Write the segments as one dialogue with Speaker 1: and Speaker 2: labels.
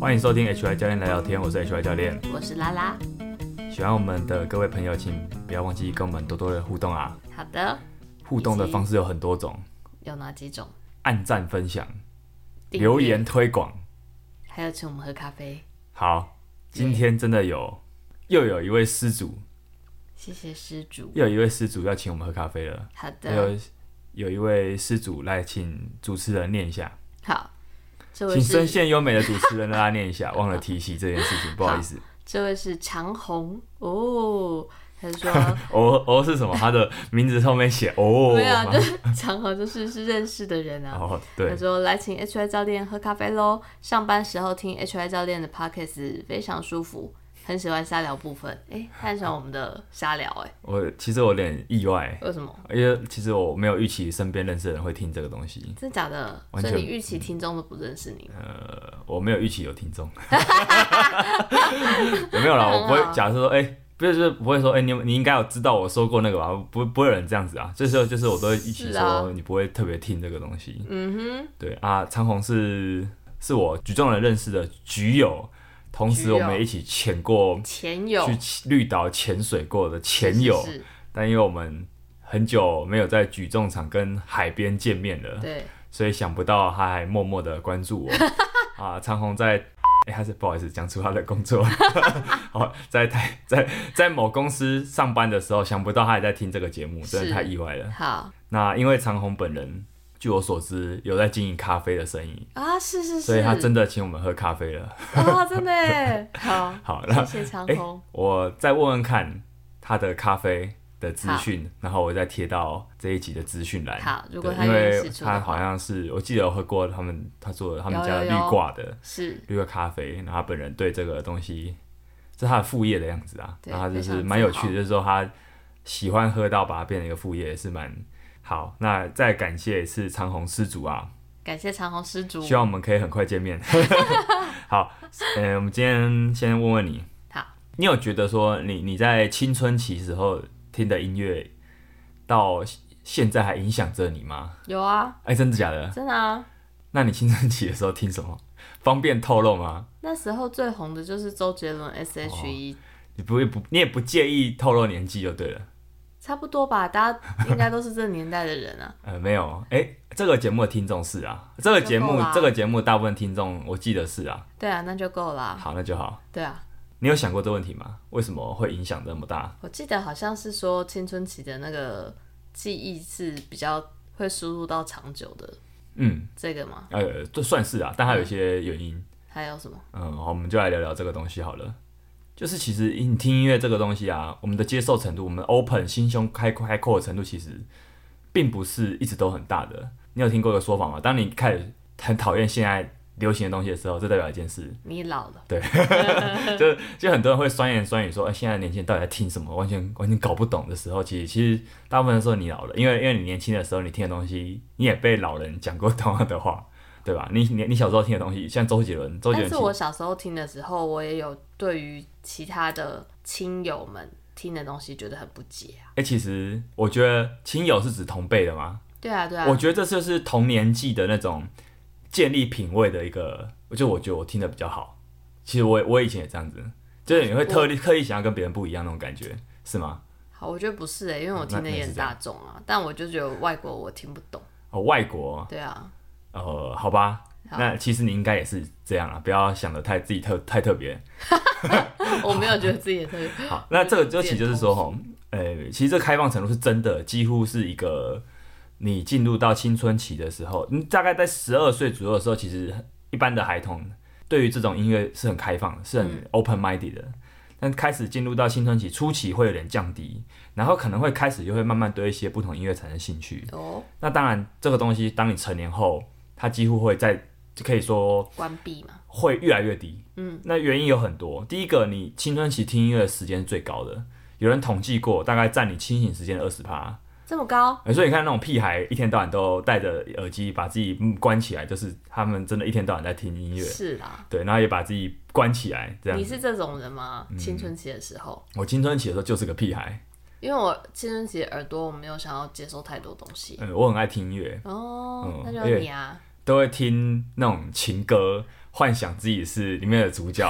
Speaker 1: 欢迎收听 HY 教练来聊天，我是 HY 教练。
Speaker 2: 我是拉拉。
Speaker 1: 喜欢我们的各位朋友，请不要忘记跟我们多多的互动啊！
Speaker 2: 好的，
Speaker 1: 互动的方式有很多种，
Speaker 2: 有哪几种？
Speaker 1: 按赞、分享、
Speaker 2: 订阅
Speaker 1: 留言、推广。
Speaker 2: 还有请我们喝咖啡，
Speaker 1: 好，今天真的有又有一位施主，
Speaker 2: 谢谢施主。
Speaker 1: 又有一位施主要请我们喝咖啡了。
Speaker 2: 好
Speaker 1: 还
Speaker 2: 的，
Speaker 1: 有有一位施主来，请主持人念一下，
Speaker 2: 好。这位
Speaker 1: 请声
Speaker 2: 是
Speaker 1: 线优美的主持人让他念一下，忘了提起这件事情，不好意思。
Speaker 2: 这位是长虹哦，他说
Speaker 1: 哦哦是什么？他的名字后面写哦，
Speaker 2: 没有啊，就是 长虹就是是认识的人啊。
Speaker 1: 哦
Speaker 2: 他
Speaker 1: 对，
Speaker 2: 说：“来请 HY 教练喝咖啡喽！上班时候听 HY 教练的 podcast 非常舒服，很喜欢瞎聊部分。哎、他很喜欢我们的瞎聊、诶
Speaker 1: 我其实我有点意外
Speaker 2: 哎，，为什么？
Speaker 1: 因为其实我没有预期身边认识的人会听这个东西，
Speaker 2: 真假的？
Speaker 1: 完
Speaker 2: 所
Speaker 1: 全
Speaker 2: 以你预期听众都不认识你？
Speaker 1: 呃，我没有预期有听众， 有没有啦？我不
Speaker 2: 很好
Speaker 1: 会假设说，哎、不是就是不会说，哎、你你应该有知道我说过那个吧？不不会有人这样子啊，这时候就是我都会一起
Speaker 2: 是
Speaker 1: 说，
Speaker 2: 啊
Speaker 1: 你不会特别听这个东西。
Speaker 2: 嗯
Speaker 1: 对啊，长虹是是我举重人认识的举友，同时
Speaker 2: 举友
Speaker 1: 我们一起潜过
Speaker 2: 哼，前友
Speaker 1: 去绿岛潜水过的潜友，
Speaker 2: 是是
Speaker 1: 但因为我们很久没有在举重场跟海边见面了
Speaker 2: 是，对，
Speaker 1: 所以想不到他还默默的关注我 啊。长虹在，哎、他是不好意思讲出他的工作， 好，在台在在某公司上班的时候，想不到他还在听这个节目，真的
Speaker 2: 是
Speaker 1: 太意外了。
Speaker 2: 好
Speaker 1: 那因为长虹本人，据我所知有在经营咖啡的生意，
Speaker 2: 啊，是是是，
Speaker 1: 所以他真的请我们喝咖啡了。
Speaker 2: 啊，真 的耶，好，
Speaker 1: 好，那
Speaker 2: 谢谢长
Speaker 1: 哎
Speaker 2: 虹，
Speaker 1: 我再问问看他的咖啡的资讯，然后我再贴到这一集的资讯栏。
Speaker 2: 好如果
Speaker 1: 对
Speaker 2: 他
Speaker 1: 因
Speaker 2: 愿意
Speaker 1: 为
Speaker 2: 试出的
Speaker 1: 他
Speaker 2: 话
Speaker 1: 好像是我记得我喝过他们他做的他们
Speaker 2: 有
Speaker 1: 家的
Speaker 2: 有
Speaker 1: 绿
Speaker 2: 有
Speaker 1: 挂的
Speaker 2: 是
Speaker 1: 绿挂咖啡，然后他本人对这个东西这是他的副业的样子啊，
Speaker 2: 对
Speaker 1: 然后他就
Speaker 2: 非
Speaker 1: 是
Speaker 2: 常
Speaker 1: 蛮有
Speaker 2: 自
Speaker 1: 趣
Speaker 2: 豪
Speaker 1: 的，就是说他喜欢喝到把它变成一个副业也是蛮。好，那再感谢一次长虹施主啊，
Speaker 2: 感谢长虹施主。
Speaker 1: 希望我们可以很快见 面。好，呃，我们今天先问问你，
Speaker 2: 好，
Speaker 1: 你有觉得说你你在青春期时候听的音乐，到现在还影响着你吗？
Speaker 2: 有啊，
Speaker 1: 哎、真的假的？
Speaker 2: 真的啊，
Speaker 1: 那你青春期的时候听什么？方便透露吗？
Speaker 2: 那时候最红的就是周杰伦 E，S.H.E，
Speaker 1: 你不会不，你也不介意透露年纪就对了。
Speaker 2: 差不多吧，大家应该都是这个年代的人啊。
Speaker 1: 呃，没有，哎、这个节目的听众是啊，这个节
Speaker 2: 就够
Speaker 1: 目
Speaker 2: 啦
Speaker 1: 这个节目大部分听众我记得是啊。
Speaker 2: 对啊，那就够啦。
Speaker 1: 好，那就好。
Speaker 2: 对啊，
Speaker 1: 你有想过这问题吗？为什么会影响这么大？
Speaker 2: 我记得好像是说青春期的那个记忆是比较会输入到长久的
Speaker 1: 嗯，
Speaker 2: 这个吗？
Speaker 1: 呃，这算是啊，但它有一些原因。
Speaker 2: 还有什么？
Speaker 1: 嗯，好，我们就来聊聊这个东西好了。就是其实你听音乐这个东西啊，我们的接受程度，我们 open 心胸开开阔的程度，其实并不是一直都很大的。你有听过一个说法吗？当你开始很讨厌现在流行的东西的时候，这代表一件事，
Speaker 2: 你老了，
Speaker 1: 就就很多人会酸言酸语说，哎、现在的年轻人到底在听什么，完全完全搞不懂的时候，其实其实大部分的时候你老了，因为因为你年轻的时候你听的东西，你也被老人讲过同样的话，对吧？你你你小时候听的东西，像周杰伦，周杰
Speaker 2: 但
Speaker 1: 伦
Speaker 2: 是
Speaker 1: 其实
Speaker 2: 我小时候听的时候，我也有对于其他的亲友们听的东西觉得很不解啊。
Speaker 1: 哎、其实我觉得亲友是指同辈的嘛，
Speaker 2: 对啊，对啊
Speaker 1: 我，觉得这就是同年纪的那种建立品味的一个，就我觉得我听的比较好。其实我我以前也这样子，就是你会特地刻意想要跟别人不一样那种感觉，是吗？
Speaker 2: 好，我觉得不是诶、欸因为我听的也很大众啊，但我就觉得外国我听不懂。
Speaker 1: 哦，外国，
Speaker 2: 对啊，
Speaker 1: 呃，好吧，
Speaker 2: 好
Speaker 1: 那其实你应该也是这样啊，不要想的太自己特太特别。
Speaker 2: 我没有觉得自己也特别。
Speaker 1: 好，那这个就其实就是说，吼，呃，其实这个开放程度是真的，几乎是一个你进入到青春期的时候，你大概在十二岁左右的时候，其实一般的孩童对于这种音乐是很开放的，是很 open minded 的。但开始进入到青春期初期会有点降低，然后可能会开始就会慢慢对一些不同音乐产生兴趣。
Speaker 2: 哦，
Speaker 1: 那当然，这个东西当你成年后，它几乎会在就可以说
Speaker 2: 关闭嘛，
Speaker 1: 会越来越低。嗯，那原因有很多。第一个，你青春期听音乐的时间是最高的，有人统计过，大概占你清醒时间的二十趴。
Speaker 2: 这么高，
Speaker 1: 呃所以你看那种屁孩，一天到晚都戴着耳机把自己嗯关起来，就是他们真的一天到晚在听音乐，
Speaker 2: 是啦。
Speaker 1: 对，然后也把自己关起来这样
Speaker 2: 你。是这嗯种人吗？青春期的时候，
Speaker 1: 我青春期的时候就是个屁孩，
Speaker 2: 因为我青春期的耳朵我没有想要接受太多东西。
Speaker 1: 呃嗯，我很爱听音乐，
Speaker 2: 哦
Speaker 1: 嗯，
Speaker 2: 那就是你啊，
Speaker 1: 都会听那种情歌。幻想自己是里面的主角，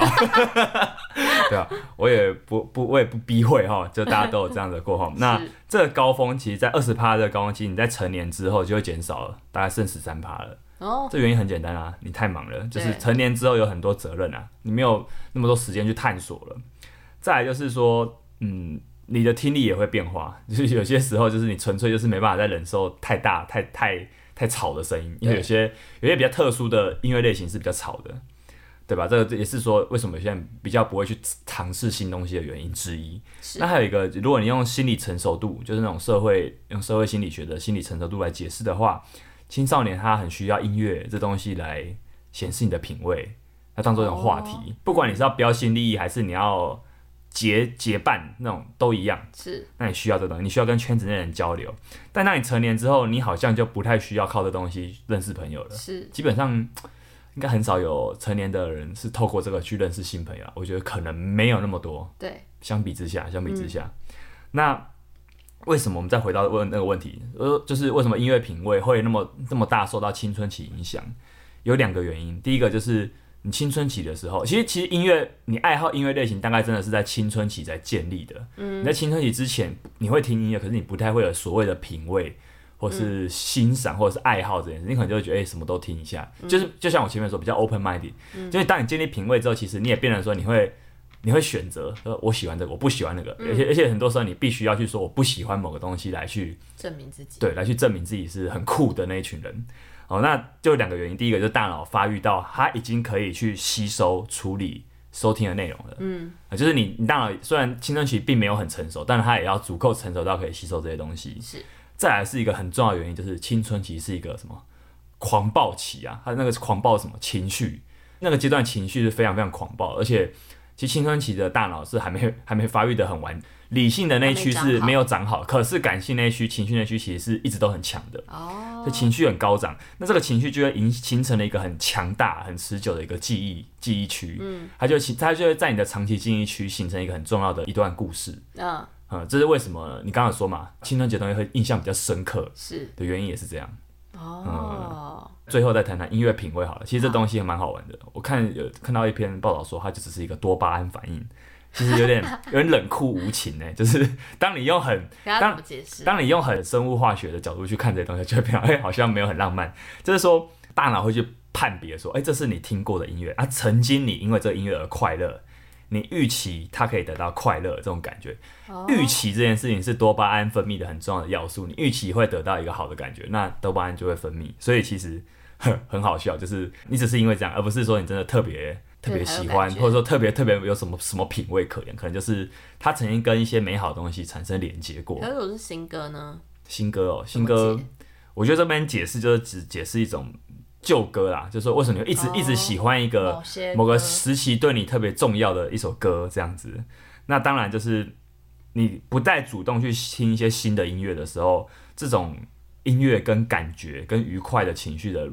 Speaker 1: 对啊，我也不不我也不避讳哈，就大家都有这样的过往。那
Speaker 2: 是
Speaker 1: 这个高峰，其实在二十趴的高峰期，你在成年之后就会减少了，大概剩十三趴了。
Speaker 2: 哦，
Speaker 1: 这原因很简单啊，你太忙了，就是
Speaker 2: 对
Speaker 1: 成年之后有很多责任啊，你没有那么多时间去探索了。再来就是说，嗯，你的听力也会变化， 就是有些时候就是你纯粹就是没办法再忍受太大、太太太吵的声音，因为有些有些比较特殊的音乐类型是比较吵的，对吧？这个也是说为什么有些人比较不会去尝试新东西的原因之一。
Speaker 2: 是
Speaker 1: 那还有一个，如果你用心理成熟度，就是那种社会用社会心理学的心理成熟度来解释的话，青少年他很需要音乐这东西来显示你的品味，它当做一种话题，
Speaker 2: 哦
Speaker 1: 不管你是要标新立异还是你要结结伴那种都一样。
Speaker 2: 是
Speaker 1: 那你需要这东西，你需要跟圈子内人交流。但当你成年之后，你好像就不太需要靠这东西认识朋友了。
Speaker 2: 是，
Speaker 1: 基本上应该很少有成年的人是透过这个去认识新朋友啊，我觉得可能没有那么多。
Speaker 2: 对，
Speaker 1: 相比之下，相比之下，那为什么我们再回到问那个问题，呃，就是为什么音乐品味会那么那么大受到青春期影响？有两个原因，第一个就是你青春期的时候，其实其实音乐你爱好音乐类型，大概真的是在青春期才建立的。嗯，你在青春期之前，你会听音乐，可是你不太会有所谓的品味。或是欣赏，或者是爱好这件事，你可能就会觉得，哎、什么都听一下，就是就像我前面说，比较 open minded，、就是当你建立品味之后，其实你也变成说，你会你会选择呃，我喜欢这个，我不喜欢那个，而且而且很多时候你必须要去说我不喜欢某个东西来去
Speaker 2: 证明自己，
Speaker 1: 对来去证明自己是很酷的那一群人。哦，那就两个原因，第一个就是大脑发育到它已经可以去吸收、处理收听的内容了。嗯、就是你你大脑虽然青春期并没有很成熟，但是它也要足够成熟到可以吸收这些东西。
Speaker 2: 是
Speaker 1: 再来是一个很重要的原因，就是青春期是一个什么狂暴期啊？它那个是狂暴什么情绪？那个阶段情绪是非常非常狂暴，而且其实青春期的大脑是还没 还没发育的很完，理性的那一区
Speaker 2: 还没长
Speaker 1: 是
Speaker 2: 好
Speaker 1: 没有长好，可是感性那一区、情绪那一区其实是一直都很强的，
Speaker 2: 哦，
Speaker 1: 就情绪很高涨。那这个情绪就会形形成了一个很强大、很持久的一个记忆记忆区，嗯，它就形它就会在你的长期记忆区形成一个很重要的一段故事。
Speaker 2: 嗯，
Speaker 1: 嗯，这是为什么？你刚刚有说嘛，青春期的东西会印象比较深刻，
Speaker 2: 是
Speaker 1: 的原因也是这样。
Speaker 2: 哦，
Speaker 1: 最后再谈谈音乐品味好了，其实这东西也蛮好玩的。我看有看到一篇报道说，它就只是一个多巴胺反应，其实有点有点冷酷无情呢、欸就是 当你用很
Speaker 2: 给他
Speaker 1: 当
Speaker 2: 怎么解释？
Speaker 1: 当你用很生物化学的角度去看这些东西，就会变得哎、好像没有很浪漫。就是说，大脑会去判别说，哎、这是你听过的音乐啊，曾经你因为这个音乐而快乐，你预期它可以得到快乐这种感觉。
Speaker 2: 哦
Speaker 1: 预期这件事情是多巴胺分泌的很重要的要素，你预期会得到一个好的感觉，那多巴胺就会分泌，所以其实呵很好笑，就是你只是因为这样，而不是说你真的特别特
Speaker 2: 对
Speaker 1: 别
Speaker 2: 很有
Speaker 1: 喜欢，
Speaker 2: 感觉
Speaker 1: 或者说特别特别有什么什么品味可言，可能就是他曾经跟一些美好的东西产生连接过
Speaker 2: 可。是我是新歌呢，
Speaker 1: 新歌哦，
Speaker 2: 怎
Speaker 1: 新
Speaker 2: 么
Speaker 1: 歌
Speaker 2: 解，
Speaker 1: 我觉得这边解释就是只解释一种旧歌啦，就是说为什么你会一直、
Speaker 2: 哦
Speaker 1: 一直喜欢一个
Speaker 2: 某些
Speaker 1: 某个
Speaker 2: 歌
Speaker 1: 时期对你特别重要的一首歌这样子。那当然就是你不再主动去听一些新的音乐的时候，这种音乐跟感觉跟愉快的情绪的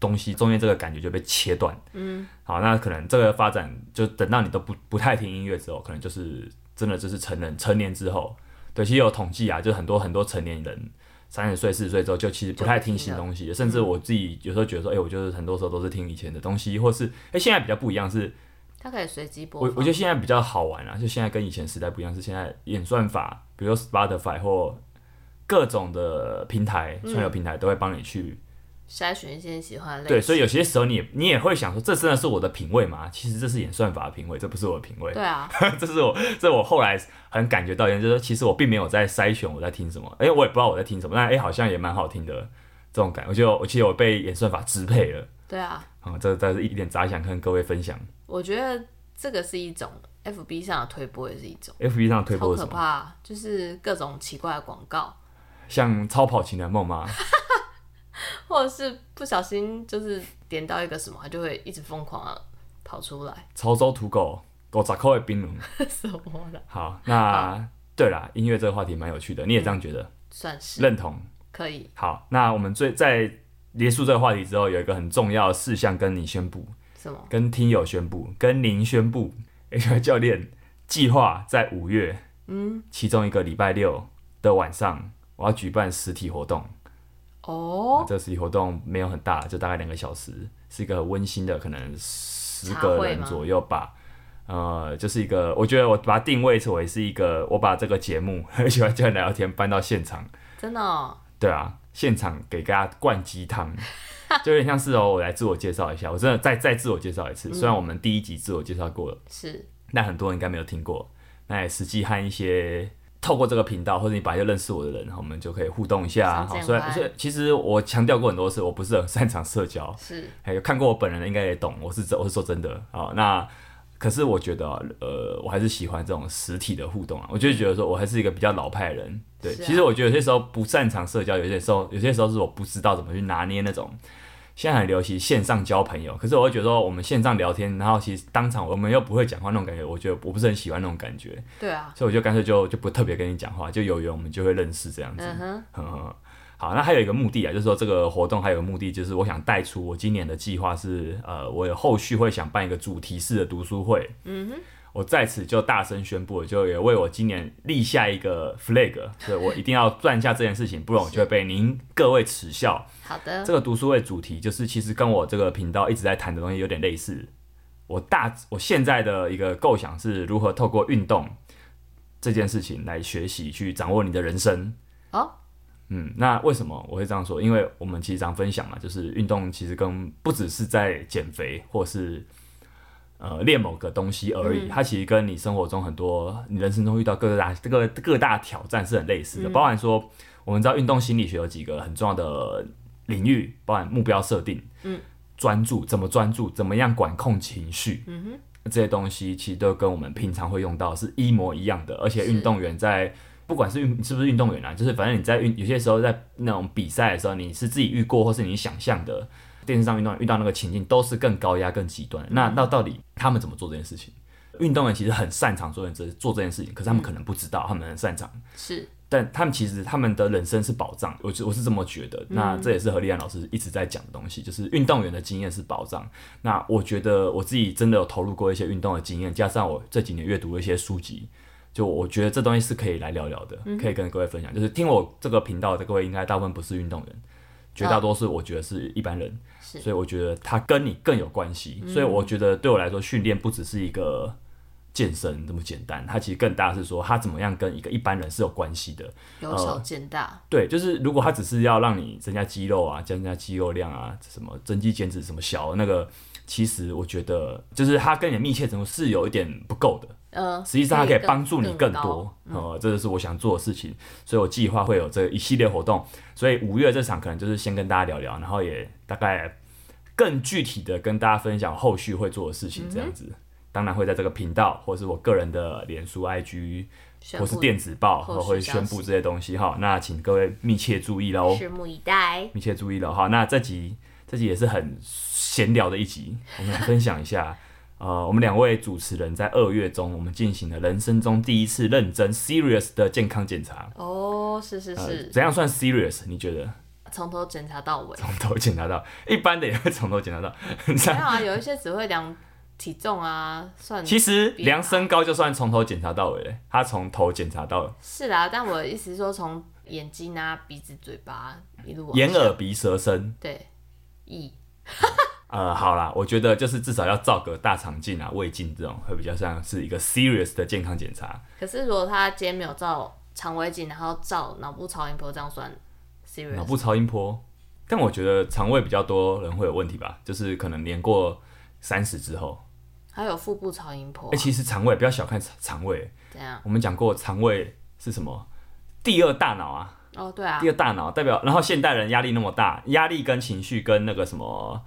Speaker 1: 东西中间这个感觉就被切断。嗯，好，那可能这个发展就等到你都不不太听音乐之后，可能就是真的就是成人成年之后，对，其实有统计啊，就很多很多成年人。三十岁、四十岁之后，就其实不太听新东西，甚至我自己有时候觉得说，哎、我就是很多时候都是听以前的东西，或是哎、现在比较不一样是，
Speaker 2: 他可以随机播
Speaker 1: 我
Speaker 2: 放，
Speaker 1: 哦我觉得现在比较好玩啊，就现在跟以前时代不一样，是现在演算法，比如说 Spotify 或各种的平台、嗯串流平台都会帮你去、
Speaker 2: 筛选一些你喜欢的类
Speaker 1: 对，
Speaker 2: 型
Speaker 1: 所以有些时候你也你也会想说，这真的是我的品味吗？其实这是演算法的品味，这不是我的品味，
Speaker 2: 对啊，
Speaker 1: 这是我这我后来很感觉到一点，就是说其实我并没有在筛选我在听什么，哎、我也不知道我在听什么，但哎、好像也蛮好听的这种感觉，我就我其实我被演算法支配了，
Speaker 2: 对啊，
Speaker 1: 啊、这这是一点杂想跟各位分享
Speaker 2: 我觉得这个是一种 FB 上的推播，也是一种。
Speaker 1: ，FB 上推
Speaker 2: 超
Speaker 1: 播
Speaker 2: 可
Speaker 1: 什么，
Speaker 2: 怕、就是各种奇怪的广告，
Speaker 1: 像超跑情人梦吗？
Speaker 2: 或者是不小心就是点到一个什么，它就会一直疯狂的跑出来，
Speaker 1: 潮州土狗 狗砸扣的冰冷。
Speaker 2: 什么的，
Speaker 1: 好，那对啦，音乐这个话题蛮有趣的，你也这样觉得，
Speaker 2: 算是
Speaker 1: 认同。
Speaker 2: 可以。
Speaker 1: 好，那我们最在结束这个话题之后，有一个很重要的事项跟你宣布，
Speaker 2: 什么？
Speaker 1: 跟听友宣布，跟您宣布，HR 教练计划在五月，嗯，其中一个礼拜六的晚上，我要举办实体活动。
Speaker 2: 哦，
Speaker 1: 这实体活动没有很大，就大概两个小时，是一个很温馨的，可能十
Speaker 2: 茶
Speaker 1: 个
Speaker 2: 会
Speaker 1: 人
Speaker 2: 吗
Speaker 1: 左右吧。呃，就是一个，我觉得我把它定位成为是一个，我把这个节目 《喜欢叫人聊天》搬到现场，
Speaker 2: 真的、哦，
Speaker 1: 对啊，现场给大家灌鸡汤，就有点像是哦，我来自我介绍一下，我真的再再自我介绍一次，虽然我们第一集自我介绍过了，
Speaker 2: 是
Speaker 1: 那很多人应该没有听过。那也实际和一些透过这个频道或者你本来就认识我的人，我们就可以互动一下。
Speaker 2: 相见
Speaker 1: 好，虽然
Speaker 2: 欢
Speaker 1: 所以其实我强调过很多次，我不是很擅长社交，
Speaker 2: 是，
Speaker 1: 还有看过我本人的应该也懂，我是真我是说真的啊、那可是我觉得啊，呃，我还是喜欢这种实体的互动啊。我就觉得说我还是一个比较老派的人，对。
Speaker 2: 是啊
Speaker 1: 其实我觉得有些时候不擅长社交，有些时候有些时候是我不知道怎么去拿捏那种。现在很流行线上交朋友，可是我会觉得说我们线上聊天，然后其实当场我们又不会讲话那种感觉，我觉得我不是很喜欢那种感觉，
Speaker 2: 对啊，
Speaker 1: 所以我就干脆就就不特别跟你讲话，就有缘我们就会认识这样子。
Speaker 2: 嗯哼，
Speaker 1: 呵呵，好，那还有一个目的啊，就是说这个活动还有个目的，就是我想带出我今年的计划是，呃，我有后续会想办一个主题式的读书会。嗯哼，我在此就大声宣布，就也为我今年立下一个 flag，对我一定要办下这件事情，不然我就会被您各位耻笑。
Speaker 2: 好的，
Speaker 1: 这个读书会主题就是其实跟我这个频道一直在谈的东西有点类似。我大我现在的一个构想是如何透过运动这件事情来学习，去掌握你的人生。
Speaker 2: 哦，
Speaker 1: 嗯，那为什么我会这样说？因为我们其实常分享嘛，就是运动其实跟不只是在减肥或是呃练某个东西而已，它其实跟你生活中很多你人生中遇到各大各各大挑战是很类似的，包含说我们知道运动心理学有几个很重要的领域，包含目标设定，嗯，专注怎么专注，怎么样管控情绪，嗯哼，这些东西其实都跟我们平常会用到是一模一样的，而且
Speaker 2: 是
Speaker 1: 运动员在。不管是运是不是运动员啊，就是反正你在运有些时候在那种比赛的时候，你是自己遇过或是你想象的，电视上运动员遇到那个情境都是更高压、更极端的。那那到底他们怎么做这件事情？运动员其实很擅长做这做这件事情，可是他们可能不知道，他们很擅长，
Speaker 2: 是
Speaker 1: 但他们其实他们的人生是宝藏，我是我是这么觉得。那这也是何立安老师一直在讲的东西，就是运动员的经验是宝藏。那我觉得我自己真的有投入过一些运动的经验，加上我这几年阅读了一些书籍，就我觉得这东西是可以来聊聊的，可以跟各位分享。就是听我这个频道的各位，应该大部分不是运动员，绝大多数我觉得是一般人。
Speaker 2: 是
Speaker 1: 所以我觉得它跟你更有关系。所以我觉得对我来说，训练不只是一个健身这么简单，它其实更大的是说它怎么样跟一个一般人是有关系的。
Speaker 2: 由小见大，
Speaker 1: 对，就是如果它只是要让你增加肌肉啊，增加肌肉量啊，什么增肌减脂什么小那个，其实我觉得就是它跟你的密切程度是有一点不够的。
Speaker 2: 呃，
Speaker 1: 实际上它可以帮助你
Speaker 2: 更
Speaker 1: 更多，呃，这就是我想做的事情，所以我计划会有这一系列活动，所以五月这场可能就是先跟大家聊聊，然后也大概更具体的跟大家分享后续会做的事情，这样子。当然会在这个频道，或是我个人的脸书、IG，
Speaker 2: 宣
Speaker 1: 或
Speaker 2: 布
Speaker 1: 是电子报，
Speaker 2: 后
Speaker 1: 我
Speaker 2: 续
Speaker 1: 会
Speaker 2: 消
Speaker 1: 宣布这些东西哈。那请各位密切注意喽。
Speaker 2: 拭目以待。
Speaker 1: 密切注意了哈。那这集这集也是很闲聊的一集，我们来分享一下。呃，我们两位主持人在二月中，我们进行了人生中第一次认真 serious 的健康检查。
Speaker 2: 哦，是是
Speaker 1: 呃
Speaker 2: 是，
Speaker 1: 怎样算 serious？你觉得
Speaker 2: 从头检查到尾。
Speaker 1: 呃从头检查到，一般的也会从头检查到。
Speaker 2: 没有啊，有一些只会量体重啊，算
Speaker 1: 其实量身高就算从头检查到尾了，他从头检查到
Speaker 2: 是啦。但我的意思是说，从眼睛啊、鼻子、嘴巴一路往
Speaker 1: 眼、
Speaker 2: 下
Speaker 1: 耳鼻舌身。
Speaker 2: 对翼
Speaker 1: 呃，好啦，我觉得就是至少要照个大肠镜啊、胃镜这种，会比较像是一个 serious 的健康检查。
Speaker 2: 可是如果他今天没有照肠胃镜，然后照脑部超音波，这样算
Speaker 1: 脑
Speaker 2: serious？
Speaker 1: 部超音波，但我觉得肠胃比较多人会有问题吧，就是可能年过三十之后，
Speaker 2: 还有腹部超音波、
Speaker 1: 哎、其实肠胃不要小看肠肠胃，
Speaker 2: 怎样？
Speaker 1: 我们讲过肠胃是什么？第二大脑啊，
Speaker 2: 哦，对啊
Speaker 1: 第，二大脑代表，然后现代人压力那么大，压力跟情绪跟那个什么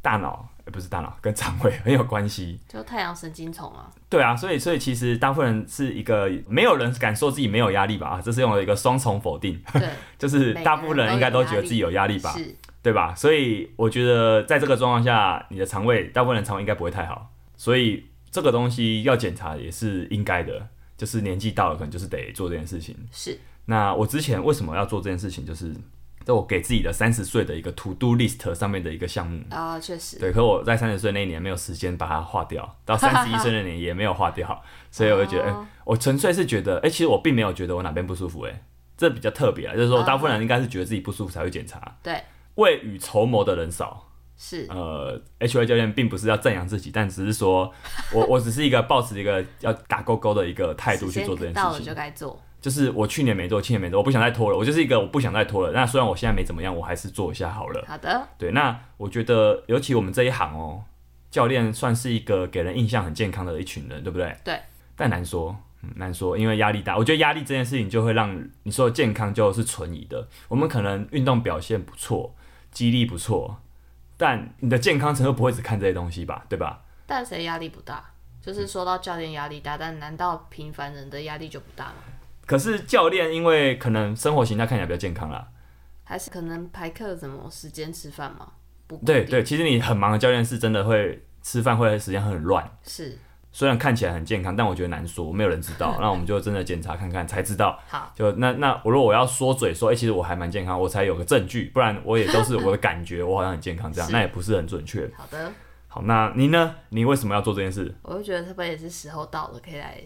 Speaker 1: 大脑、呃不是大脑，跟肠胃很有关系。
Speaker 2: 就太阳神经丛 啊，
Speaker 1: 对啊，所以所以其实大部分人是一个没有人敢说自己没有压力吧，啊这是用了一个双重否定，
Speaker 2: 对，
Speaker 1: 就是大部分人应该都觉得自己有压力吧，
Speaker 2: 是
Speaker 1: 对吧？所以我觉得在这个状况下，你的肠胃大部分人肠胃应该不会太好，所以这个东西要检查也是应该的，就是年纪到了可能就是得做这件事情。
Speaker 2: 是，
Speaker 1: 那我之前为什么要做这件事情，就是在我给自己的三十岁的一个 to do list 上面的一个项目。
Speaker 2: 啊，确实，
Speaker 1: 对，可我在三十岁那一年没有时间把它划掉，到三十一岁那年也没有划掉，所以我就觉得，哎
Speaker 2: 哦
Speaker 1: 我纯粹是觉得，哎、其实我并没有觉得我哪边不舒服、哎，这比较特别啊，就是说
Speaker 2: 嗯
Speaker 1: 大部分人应该是觉得自己不舒服才会检查，
Speaker 2: 对，
Speaker 1: 未雨绸缪的人少。
Speaker 2: 是
Speaker 1: 呃，H Y 教练并不是要赞扬自己，但只是说我我只是一个抱持一个要打勾勾的一个态度
Speaker 2: 时
Speaker 1: 去
Speaker 2: 间
Speaker 1: 做这件
Speaker 2: 到
Speaker 1: 事
Speaker 2: 了
Speaker 1: 情
Speaker 2: 就。该做，
Speaker 1: 就是我去年没做，今年没做，我不想再拖了。我就是一个我不想再拖了。那虽然我现在没怎么样，我还是做一下好了。
Speaker 2: 好的，
Speaker 1: 对，那我觉得尤其我们这一行哦，教练算是一个给人印象很健康的一群人，对不对？
Speaker 2: 对。
Speaker 1: 但难说，嗯难说，因为压力大。我觉得压力这件事情就会让你说的健康就是存疑的。我们可能运动表现不错，肌力不错，但你的健康程度不会只看这些东西吧？对吧？
Speaker 2: 但谁压力不大？
Speaker 1: 嗯
Speaker 2: 就是说到教练压力大，但难道平凡人的压力就不大吗？
Speaker 1: 可是教练因为可能生活形态看起来比较健康啦，
Speaker 2: 还是可能排课怎么时间吃饭吗？不固
Speaker 1: 对
Speaker 2: 定
Speaker 1: 对，其实你很忙的教练是真的会吃饭会时间很乱，
Speaker 2: 是
Speaker 1: 虽然看起来很健康，但我觉得难说，没有人知 道。那我们就真的检查看看才知道。
Speaker 2: 好，
Speaker 1: 就那那我如果我要说嘴说，哎、其实我还蛮健康，我才有个证据，不然我也都是我的感觉，我好像很健康这样，
Speaker 2: 是
Speaker 1: 那也不是很准确。
Speaker 2: 好的，
Speaker 1: 好，那你呢？你为什么要做这件事？
Speaker 2: 我就觉得特别也是时候到了，可以来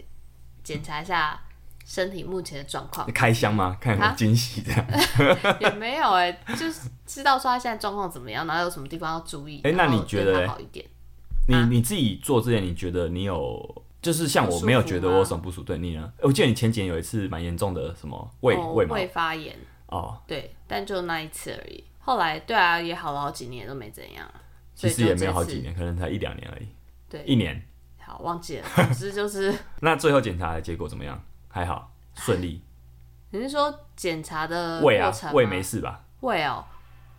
Speaker 2: 检查一下身体目前的状况
Speaker 1: 你。开箱吗？看有没有
Speaker 2: 啊
Speaker 1: 惊喜 这样？
Speaker 2: 也没有哎、就是知道说他现在状况怎么样，然后有什么地方要注意。
Speaker 1: 哎那
Speaker 2: 然后
Speaker 1: 你觉得
Speaker 2: 对
Speaker 1: 嘞
Speaker 2: 他好一点？
Speaker 1: 你
Speaker 2: 啊
Speaker 1: 你自己做之前，你觉得你有就是像
Speaker 2: 不
Speaker 1: 我
Speaker 2: 舒
Speaker 1: 没有
Speaker 2: 服
Speaker 1: 觉得
Speaker 2: 吗
Speaker 1: 我有什么不舒服？对你呢？我记得你前几年有一次蛮严重的什么胃
Speaker 2: 啊哦
Speaker 1: 胃嘛
Speaker 2: 发炎，
Speaker 1: 哦，
Speaker 2: 对，但就那一次而已。后来对啊，也好了好几年都没怎样啊。
Speaker 1: 其
Speaker 2: 所以
Speaker 1: 实
Speaker 2: 就
Speaker 1: 也没有
Speaker 2: 这
Speaker 1: 好
Speaker 2: 次
Speaker 1: 几。年，可能才一两年而已，一
Speaker 2: 对，
Speaker 1: 年。
Speaker 2: 好忘记了，总之就是，
Speaker 1: 那最后检查的结果怎么样？还好，顺利。
Speaker 2: 你是说检查的
Speaker 1: 胃啊
Speaker 2: 哎呃过程，吗
Speaker 1: 胃没事吧？
Speaker 2: 胃哦，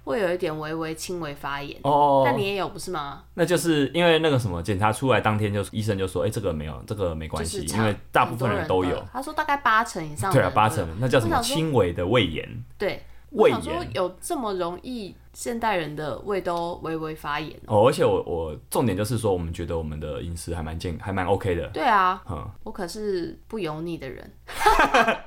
Speaker 2: 胃有一点微微轻微发炎，
Speaker 1: 哦
Speaker 2: 但你也有不是吗？
Speaker 1: 那就是因为那个什么，检查出来当天就医生就说，哎、这个没有，这个没关系，
Speaker 2: 就是
Speaker 1: 因为大部分人都
Speaker 2: 很多
Speaker 1: 有
Speaker 2: 的。他说大概八成以上的
Speaker 1: 对啊，
Speaker 2: 人都有。
Speaker 1: 八成，那叫什么
Speaker 2: 我想说
Speaker 1: 轻微的胃炎？
Speaker 2: 对，我
Speaker 1: 胃
Speaker 2: 想说
Speaker 1: 炎。
Speaker 2: 有这么容易，现代人的胃都微微发炎。
Speaker 1: 哦，而且我我重点就是说，我们觉得我们的饮食还蛮健，还蛮 OK 的，
Speaker 2: 对啊，
Speaker 1: 嗯，
Speaker 2: 我可是不油腻的人，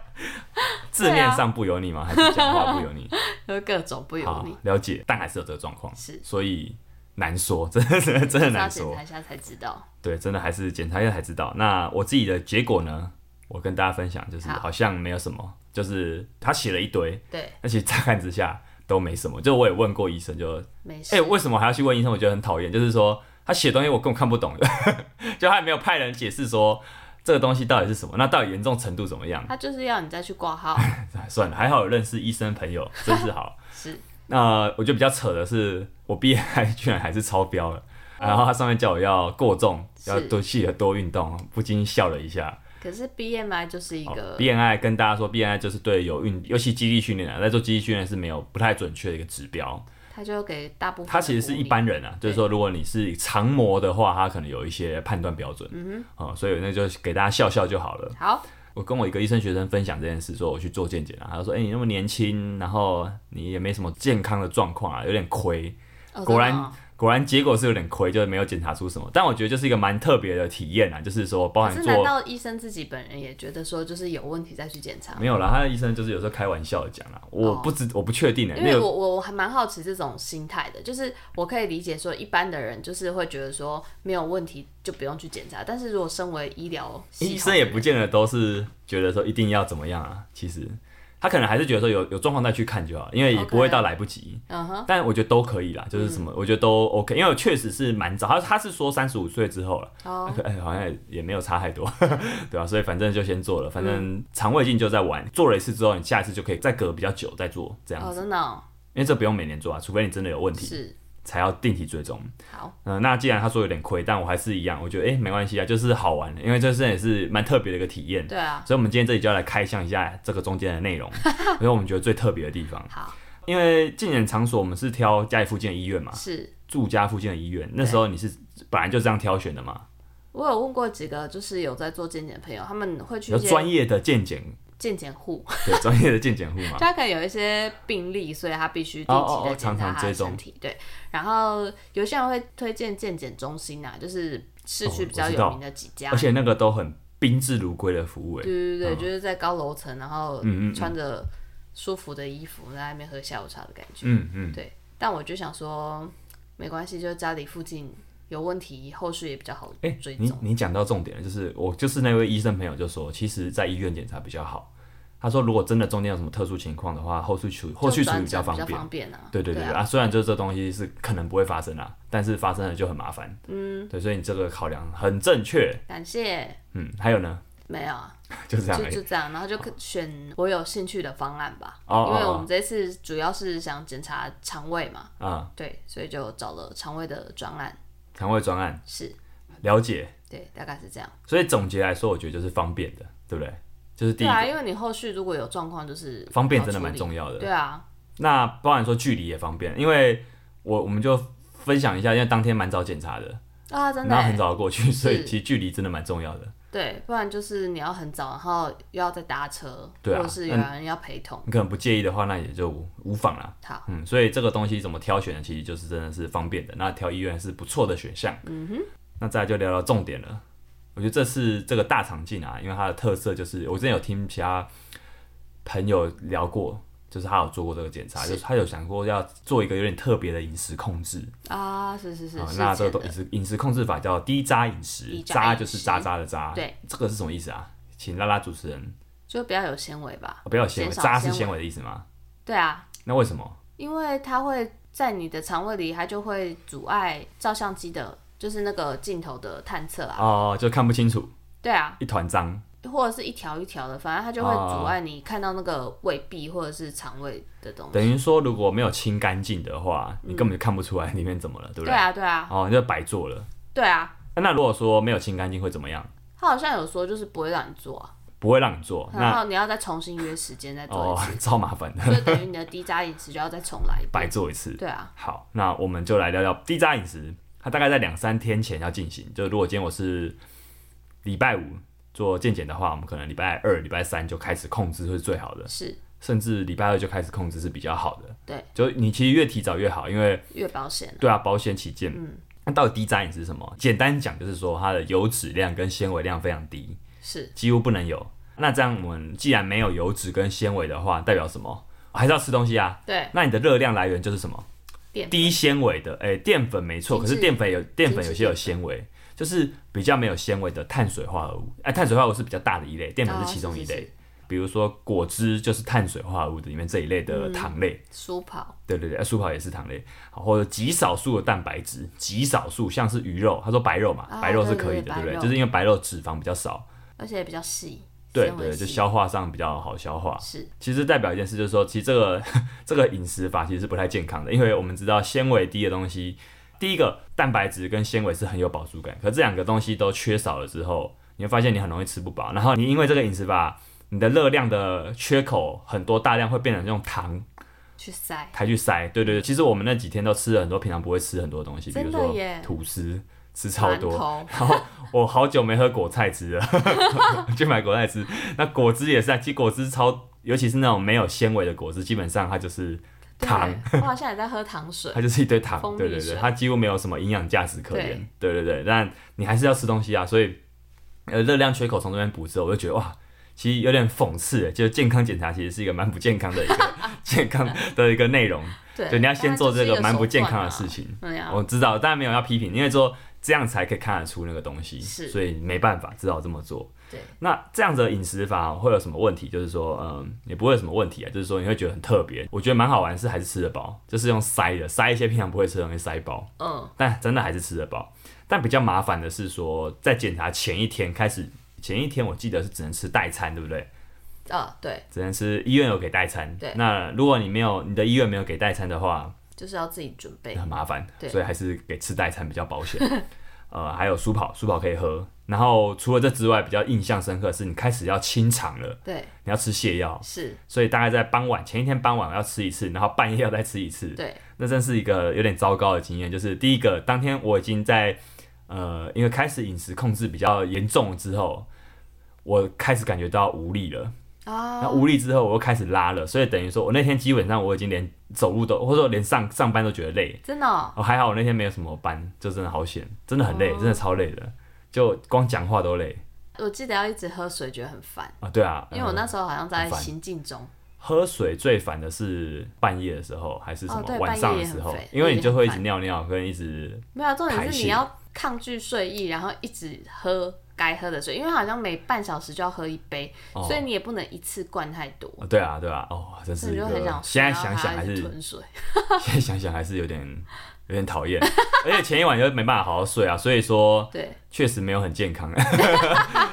Speaker 1: 字面上不油腻吗？还是讲话不油 腻？
Speaker 2: 有各种不油
Speaker 1: 好
Speaker 2: 啊腻，，
Speaker 1: 了解，但还是有这个状况，
Speaker 2: 是
Speaker 1: 所以难说，真的 真的真的
Speaker 2: 要
Speaker 1: 难
Speaker 2: 检
Speaker 1: 说
Speaker 2: 查。一下才知道。
Speaker 1: 对，真的还是检查一下才知道。那我自己的结果呢，我跟大家分享，就是
Speaker 2: 好
Speaker 1: 好像没有什么，就是他写了一堆，
Speaker 2: 对，
Speaker 1: 而且乍看之下都没什么。就我也问过医生就，
Speaker 2: 没事。
Speaker 1: 哎、为什么还要去问医生？我觉得很讨厌，就是说他写东西我根本看不懂， 就他也没有派人解释说这个东西到底是什么，那到底严重程度怎么样？哎
Speaker 2: 他就是要你再去挂号，
Speaker 1: 算了，还好有认识医生朋友，真是好。
Speaker 2: 是
Speaker 1: 那我觉得比较扯的是，我 BMI 居然还是超标了，然后他上面叫我要过重，
Speaker 2: 哦是
Speaker 1: 要多记得多运动，不禁笑了一下。哦
Speaker 2: 可是 BMI 就是一
Speaker 1: 好
Speaker 2: 个
Speaker 1: BMI 跟大家说，BMI 就是对有运，尤其肌力训练啊，在做肌力训练是没有不太准确的一个指标。
Speaker 2: 他就给大部分的
Speaker 1: 它其实是一般人啊，就是说如果你是常模的话，它可能有一些判断标准。嗯哼，所以那就给大家笑笑就好了
Speaker 2: 鼓。励好，
Speaker 1: 我跟我一个医生学生分享这件事，说我去做健检啊，他说：“哎、你那么年轻，然后你也没什么健康的状况啊，有点亏。”
Speaker 2: 哦
Speaker 1: 果
Speaker 2: 真的
Speaker 1: 然
Speaker 2: 哦
Speaker 1: 果然结果是有点亏，就是没有检查出什么。但我觉得就是一个蛮特别的体验啊，就是说包
Speaker 2: 可
Speaker 1: 含
Speaker 2: 哦是难
Speaker 1: 做
Speaker 2: 道医生自己本人也觉得说就是有问题再去检查吗？
Speaker 1: 没有啦，他的医生就是有时候开玩笑的讲啦，我
Speaker 2: 哦
Speaker 1: 不知、我不确定的、欸
Speaker 2: 因
Speaker 1: 那
Speaker 2: 为
Speaker 1: 个
Speaker 2: 我我我还蛮好奇这种心态的，就是我可以理解说一般的人就是会觉得说没有问题就不用去检查，但是如果身为医疗系统
Speaker 1: 医生也不见得都是觉得说一定要怎么样啊，其实他可能还是觉得说有有状况再去看就好，因为也
Speaker 2: OK
Speaker 1: 不会到来不及。
Speaker 2: 嗯哼，
Speaker 1: 但我觉得都可以啦，就是什么，我觉得都 OK，因为我确实是蛮早，他他是说三十五岁之后了，
Speaker 2: 哦，
Speaker 1: 哎、好像也也没有差太多， 对吧、啊所以反正就先做了，反正
Speaker 2: 嗯
Speaker 1: 肠胃镜就在玩，做了一次之后，你下一次就可以再隔比较久再做这样子
Speaker 2: 哦，。真的哦、
Speaker 1: 因为这不用每年做啊，除非你真的有问题
Speaker 2: 是
Speaker 1: 才要定期追踪。
Speaker 2: 好，
Speaker 1: 嗯、那既然他说有点亏，但我还是一样，我觉得诶没关系啊，就是好玩，因为这真的也是蛮特别的一个体验。
Speaker 2: 对啊，
Speaker 1: 所以，我们今天这里就要来开箱一下这个中间的内 容，所以我们觉得最特别的地方。
Speaker 2: 好
Speaker 1: 因为竞选场所我们是挑家里附近的医院嘛，
Speaker 2: 是。
Speaker 1: 住家附近的医院。那时候你是本来就这样挑选的嘛？
Speaker 2: 我有问过几个就是有在做健检的朋友，他们会去
Speaker 1: 有
Speaker 2: 一
Speaker 1: 专
Speaker 2: 些
Speaker 1: 业的健检，
Speaker 2: 健检户，
Speaker 1: 对专业的健检户嘛
Speaker 2: 就？他可能有一些病例，所以他必须定
Speaker 1: 啊哦哦
Speaker 2: 期
Speaker 1: 哦
Speaker 2: 的检
Speaker 1: 常
Speaker 2: 查
Speaker 1: 常
Speaker 2: 他
Speaker 1: 追
Speaker 2: 的
Speaker 1: 踪
Speaker 2: 身体。对，然后有些人会推荐健检中心啊，就是市
Speaker 1: 哦
Speaker 2: 区比
Speaker 1: 我
Speaker 2: 较
Speaker 1: 知
Speaker 2: 有
Speaker 1: 道
Speaker 2: 名的几家，
Speaker 1: 而且嗯那个都很宾至如归的服务、欸诶
Speaker 2: 对对对，就是在高楼层，然后
Speaker 1: 嗯
Speaker 2: 穿着舒服的衣服，在那边喝下午茶的感觉。
Speaker 1: 嗯嗯，
Speaker 2: 对，但我就想说，没关系，就是家里附近有问题，后续也比较好
Speaker 1: 哎、
Speaker 2: 追
Speaker 1: 你
Speaker 2: 踪。
Speaker 1: 你讲到重点了，就是我就是那位医生朋友就说，其实，在医院检查比较好，他说如果真的中间有什么特殊情况的话，后续处后续
Speaker 2: 就
Speaker 1: 处理
Speaker 2: 转
Speaker 1: 比较
Speaker 2: 诊
Speaker 1: 方
Speaker 2: 比较
Speaker 1: 便。
Speaker 2: 方便啊。
Speaker 1: 对对对
Speaker 2: 对
Speaker 1: 对
Speaker 2: 啊
Speaker 1: 啊，虽然就是这东西是可能不会发生啊，但是发生了就很麻烦。
Speaker 2: 嗯，
Speaker 1: 对，所以你这个考量很正确。
Speaker 2: 感谢。
Speaker 1: 嗯，还有呢，
Speaker 2: 没有啊，
Speaker 1: 就这样
Speaker 2: 就
Speaker 1: 而已。
Speaker 2: 就这样，然后就选我有兴趣的方案吧，
Speaker 1: 哦
Speaker 2: 因为
Speaker 1: 哦
Speaker 2: 我们这次主要是想检查肠胃嘛，
Speaker 1: 啊，
Speaker 2: 对，所以就找了肠胃的专案，
Speaker 1: 肠胃专案
Speaker 2: 是
Speaker 1: 了解，
Speaker 2: 对，大概是这样。
Speaker 1: 所以总结来说，我觉得就是方便的，对不对？就是第
Speaker 2: 对
Speaker 1: 一
Speaker 2: 啊，
Speaker 1: 个，
Speaker 2: 因为你后续如果有状况，就是
Speaker 1: 方便真的
Speaker 2: 好处理
Speaker 1: 蛮重要的
Speaker 2: 对啊，
Speaker 1: 那包含说距离也方便，因为我我们就分享一下，因为当天蛮早检查的，
Speaker 2: 啊，真的
Speaker 1: 然后
Speaker 2: 欸、
Speaker 1: 很早就过去，所以
Speaker 2: 是
Speaker 1: 其实距离真的蛮重要的。
Speaker 2: 对，不然就是你要很早，然后又要再搭车，
Speaker 1: 对啊
Speaker 2: 或者是有人要陪同。
Speaker 1: 你可能不介意的话，那也就无无妨啦。
Speaker 2: 好，
Speaker 1: 嗯，所以这个东西怎么挑选呢？其实就是真的是方便的，那挑医院是不错的选项。嗯哼，那再来就聊聊重点了。我觉得这次这个大肠镜啊，因为它的特色就是，我之前有听其他朋友聊过，就是他有做过这个检查，
Speaker 2: 是
Speaker 1: 就是他有想过要做一个有点特别的饮食控制
Speaker 2: 啊，是是是，
Speaker 1: 啊、
Speaker 2: 是
Speaker 1: 那这个
Speaker 2: 真
Speaker 1: 东
Speaker 2: 的
Speaker 1: 饮食饮食控制法叫低渣饮食
Speaker 2: 低，渣
Speaker 1: 渣
Speaker 2: 饮
Speaker 1: 就是
Speaker 2: 食
Speaker 1: 渣渣的渣。
Speaker 2: 对，
Speaker 1: 这个是什么意思啊？请拉拉主持人，
Speaker 2: 就比较有纤维吧
Speaker 1: 哦、，不要有纤维，
Speaker 2: 减少
Speaker 1: 渣是
Speaker 2: 纤维
Speaker 1: 纤维的意思吗？
Speaker 2: 对啊，
Speaker 1: 那为什么？
Speaker 2: 因为它会在你的肠胃里，它就会阻碍照相机的，就是那个镜头的探测啊，
Speaker 1: 哦，就看不清楚，
Speaker 2: 对啊，
Speaker 1: 一团脏。
Speaker 2: 或者是一条一条的，反正它就会
Speaker 1: 哦
Speaker 2: 阻碍你看到那个胃壁或者是肠胃的东西。
Speaker 1: 等于说，如果没有清干净的话，你根本就看不出来里 面怎么了，对不
Speaker 2: 嗯对啊，对啊，
Speaker 1: 哦，你就白做了。
Speaker 2: 对啊，
Speaker 1: 那如果说没有清干净会怎么样？
Speaker 2: 他好像有说就是不会让你做啊，
Speaker 1: 不会让你做，
Speaker 2: 然
Speaker 1: 那
Speaker 2: 后你要再重新约时间再做
Speaker 1: 哦
Speaker 2: 一次，
Speaker 1: 超麻烦的，
Speaker 2: 就等于你的低渣饮食就要再重来一
Speaker 1: 白
Speaker 2: 遍。
Speaker 1: 做一次。
Speaker 2: 对啊，
Speaker 1: 好，那我们就来聊聊低渣饮食，它大概在两三天前要进行。就如果今天我是礼拜五做健检的话，我们可能礼拜二、礼拜三就开始控制会是最好的，
Speaker 2: 是
Speaker 1: 甚至礼拜二就开始控制是比较好的。
Speaker 2: 对，
Speaker 1: 就你其实越提早越好，因为
Speaker 2: 越保险。
Speaker 1: 对啊，保险起见，
Speaker 2: 嗯
Speaker 1: 那到底低渣饮食是什么？嗯简单讲就是说，它的油脂量跟纤维量非常低，
Speaker 2: 是
Speaker 1: 几乎不能有。那这样我们既然没有油脂跟纤维的话，代表什么？还是要吃东西啊。
Speaker 2: 对
Speaker 1: 那你的热量来源就是什么？
Speaker 2: 淀粉
Speaker 1: 低纤维的，诶、淀粉没错，
Speaker 2: 精
Speaker 1: 可
Speaker 2: 致
Speaker 1: 是淀粉有淀粉
Speaker 2: 精
Speaker 1: 有
Speaker 2: 致
Speaker 1: 些有纤维，就是比较没有纤维的碳水化合物。哎、碳水化合物是比较大的一类，淀粉
Speaker 2: 哦
Speaker 1: 是其中一
Speaker 2: 是
Speaker 1: 类。
Speaker 2: 是是
Speaker 1: 比如说果汁就是碳水化合物的里面这一类的糖类，
Speaker 2: 舒跑
Speaker 1: 对对对，呃素跑也是糖类，好或者极少数的蛋白质，极少数像是鱼肉，他说白肉嘛，
Speaker 2: 啊
Speaker 1: 白肉是可以的，
Speaker 2: 对
Speaker 1: 对
Speaker 2: 对
Speaker 1: 不
Speaker 2: 对
Speaker 1: 对？
Speaker 2: 白肉
Speaker 1: 就是因为白肉脂肪比较少，
Speaker 2: 而且比较细，
Speaker 1: 对
Speaker 2: 纤维
Speaker 1: 对，就
Speaker 2: 细
Speaker 1: 消化上比较好消化。
Speaker 2: 是
Speaker 1: 其实代表一件事，就是说，其实这个 这个饮食法其实是不太健康的，因为我们知道纤维低的东西，第一个蛋白质跟纤维是很有饱足感，可这两个东西都缺少了之后，你会发现你很容易吃不饱，然后你因为这个饮食法，你的热量的缺口很多，大量会变成用糖
Speaker 2: 去塞，
Speaker 1: 才去塞。对对对，其实我们那几天都吃了很多平常不会吃很多的东西，比
Speaker 2: 真
Speaker 1: 如
Speaker 2: 的
Speaker 1: 说
Speaker 2: 耶
Speaker 1: 吐司，吃超
Speaker 2: 馒
Speaker 1: 多。
Speaker 2: 头
Speaker 1: 然后我好久没喝果菜汁了， 去买果菜汁。那果汁也是啊，其实果汁超，尤其是那种没有纤维的果汁，基本上它就是糖，
Speaker 2: 对我好像也在喝糖水
Speaker 1: 它，就是一堆糖
Speaker 2: 蜂。蜜
Speaker 1: 对对对，
Speaker 2: 水
Speaker 1: 它几乎没有什么营养价值可言。对对对，但你还是要吃东西啊，所以呃热量缺口从这边补之后，我就觉得哇。其实有点讽刺，欸就是健康检查其实是一个蛮不健康的一 个健康的一个内容。
Speaker 2: 对，
Speaker 1: 就你要
Speaker 2: 但
Speaker 1: 先
Speaker 2: 它
Speaker 1: 做
Speaker 2: 就
Speaker 1: 这
Speaker 2: 是一
Speaker 1: 个蛮不
Speaker 2: 手
Speaker 1: 健康
Speaker 2: 段
Speaker 1: 的
Speaker 2: 啊
Speaker 1: 事。情。哦
Speaker 2: 对呀，
Speaker 1: 我知道，当然没有要批评，因为说这样才可以看得出那个东西，
Speaker 2: 是
Speaker 1: 所以没办法，只好这么做。
Speaker 2: 对，
Speaker 1: 那这样子的饮食法会有什么问题？就是说，嗯，也不会有什么问题啊，就是说你会觉得很特别。我觉得蛮好玩，是还是吃得饱，就是用塞的，塞一些平常不会吃的东西塞饱，
Speaker 2: 嗯，
Speaker 1: 但真的还是吃得饱。但比较麻烦的是说，在检查前一天开始，前一天我记得是只能吃代餐，对不对？
Speaker 2: 啊，对，
Speaker 1: 只能吃医院有给代餐。
Speaker 2: 对
Speaker 1: 那如果你没有你的医院没有给代餐的话，
Speaker 2: 就是要自己准 备。
Speaker 1: 很麻烦，
Speaker 2: 对
Speaker 1: 所以还是给吃代餐比较保险。 呃，还有舒跑，舒跑可以喝。然后除了这之外，比较印象深刻的是你开始要清肠了，
Speaker 2: 对，
Speaker 1: 你要吃泻药，
Speaker 2: 是，
Speaker 1: 所以大概在傍晚前一天傍晚要吃一次，然后半夜要再吃一次。
Speaker 2: 对，
Speaker 1: 那真是一个有点糟糕的经验。就是第一个，当天我已经在呃，因为开始饮食控制比较严重之后，我开始感觉到无力了。那
Speaker 2: 啊，
Speaker 1: 无力之后，我又开始拉了，所以等于说我那天基本上我已经连走路都，或者说连上上班都觉得累。
Speaker 2: 真的哦，
Speaker 1: 哦，还好我那天没有什么班，就真的好险，真的很累，
Speaker 2: 哦
Speaker 1: 真的超累的，就光讲话都累
Speaker 2: 我记得要一直喝水，觉得很烦，
Speaker 1: 啊。对啊，
Speaker 2: 因为我
Speaker 1: 嗯
Speaker 2: 那时候好像在
Speaker 1: 很烦
Speaker 2: 行进中，
Speaker 1: 喝水最烦的是半夜的时候，还是什么、
Speaker 2: 哦对
Speaker 1: 晚上的时候
Speaker 2: 半夜也很，肥
Speaker 1: 因为你就会一
Speaker 2: 也
Speaker 1: 直
Speaker 2: 很
Speaker 1: 尿尿跟一直
Speaker 2: 没有重
Speaker 1: 排
Speaker 2: 点是
Speaker 1: 泄
Speaker 2: 你要抗拒睡意，然后一直喝，该喝的水，因为好像每半小时就要喝一杯，
Speaker 1: 哦
Speaker 2: 所以你也不能一次灌太多。
Speaker 1: 哦对啊，对啊，哦，真
Speaker 2: 所
Speaker 1: 是
Speaker 2: 以
Speaker 1: 一
Speaker 2: 就
Speaker 1: 个
Speaker 2: 很想，
Speaker 1: 现在想想
Speaker 2: 还
Speaker 1: 还是
Speaker 2: 吞水，
Speaker 1: 现在想想还是有点有点讨厌， 而且前一晚又没办法好好睡啊，所以说
Speaker 2: 对
Speaker 1: 确实没有很健康。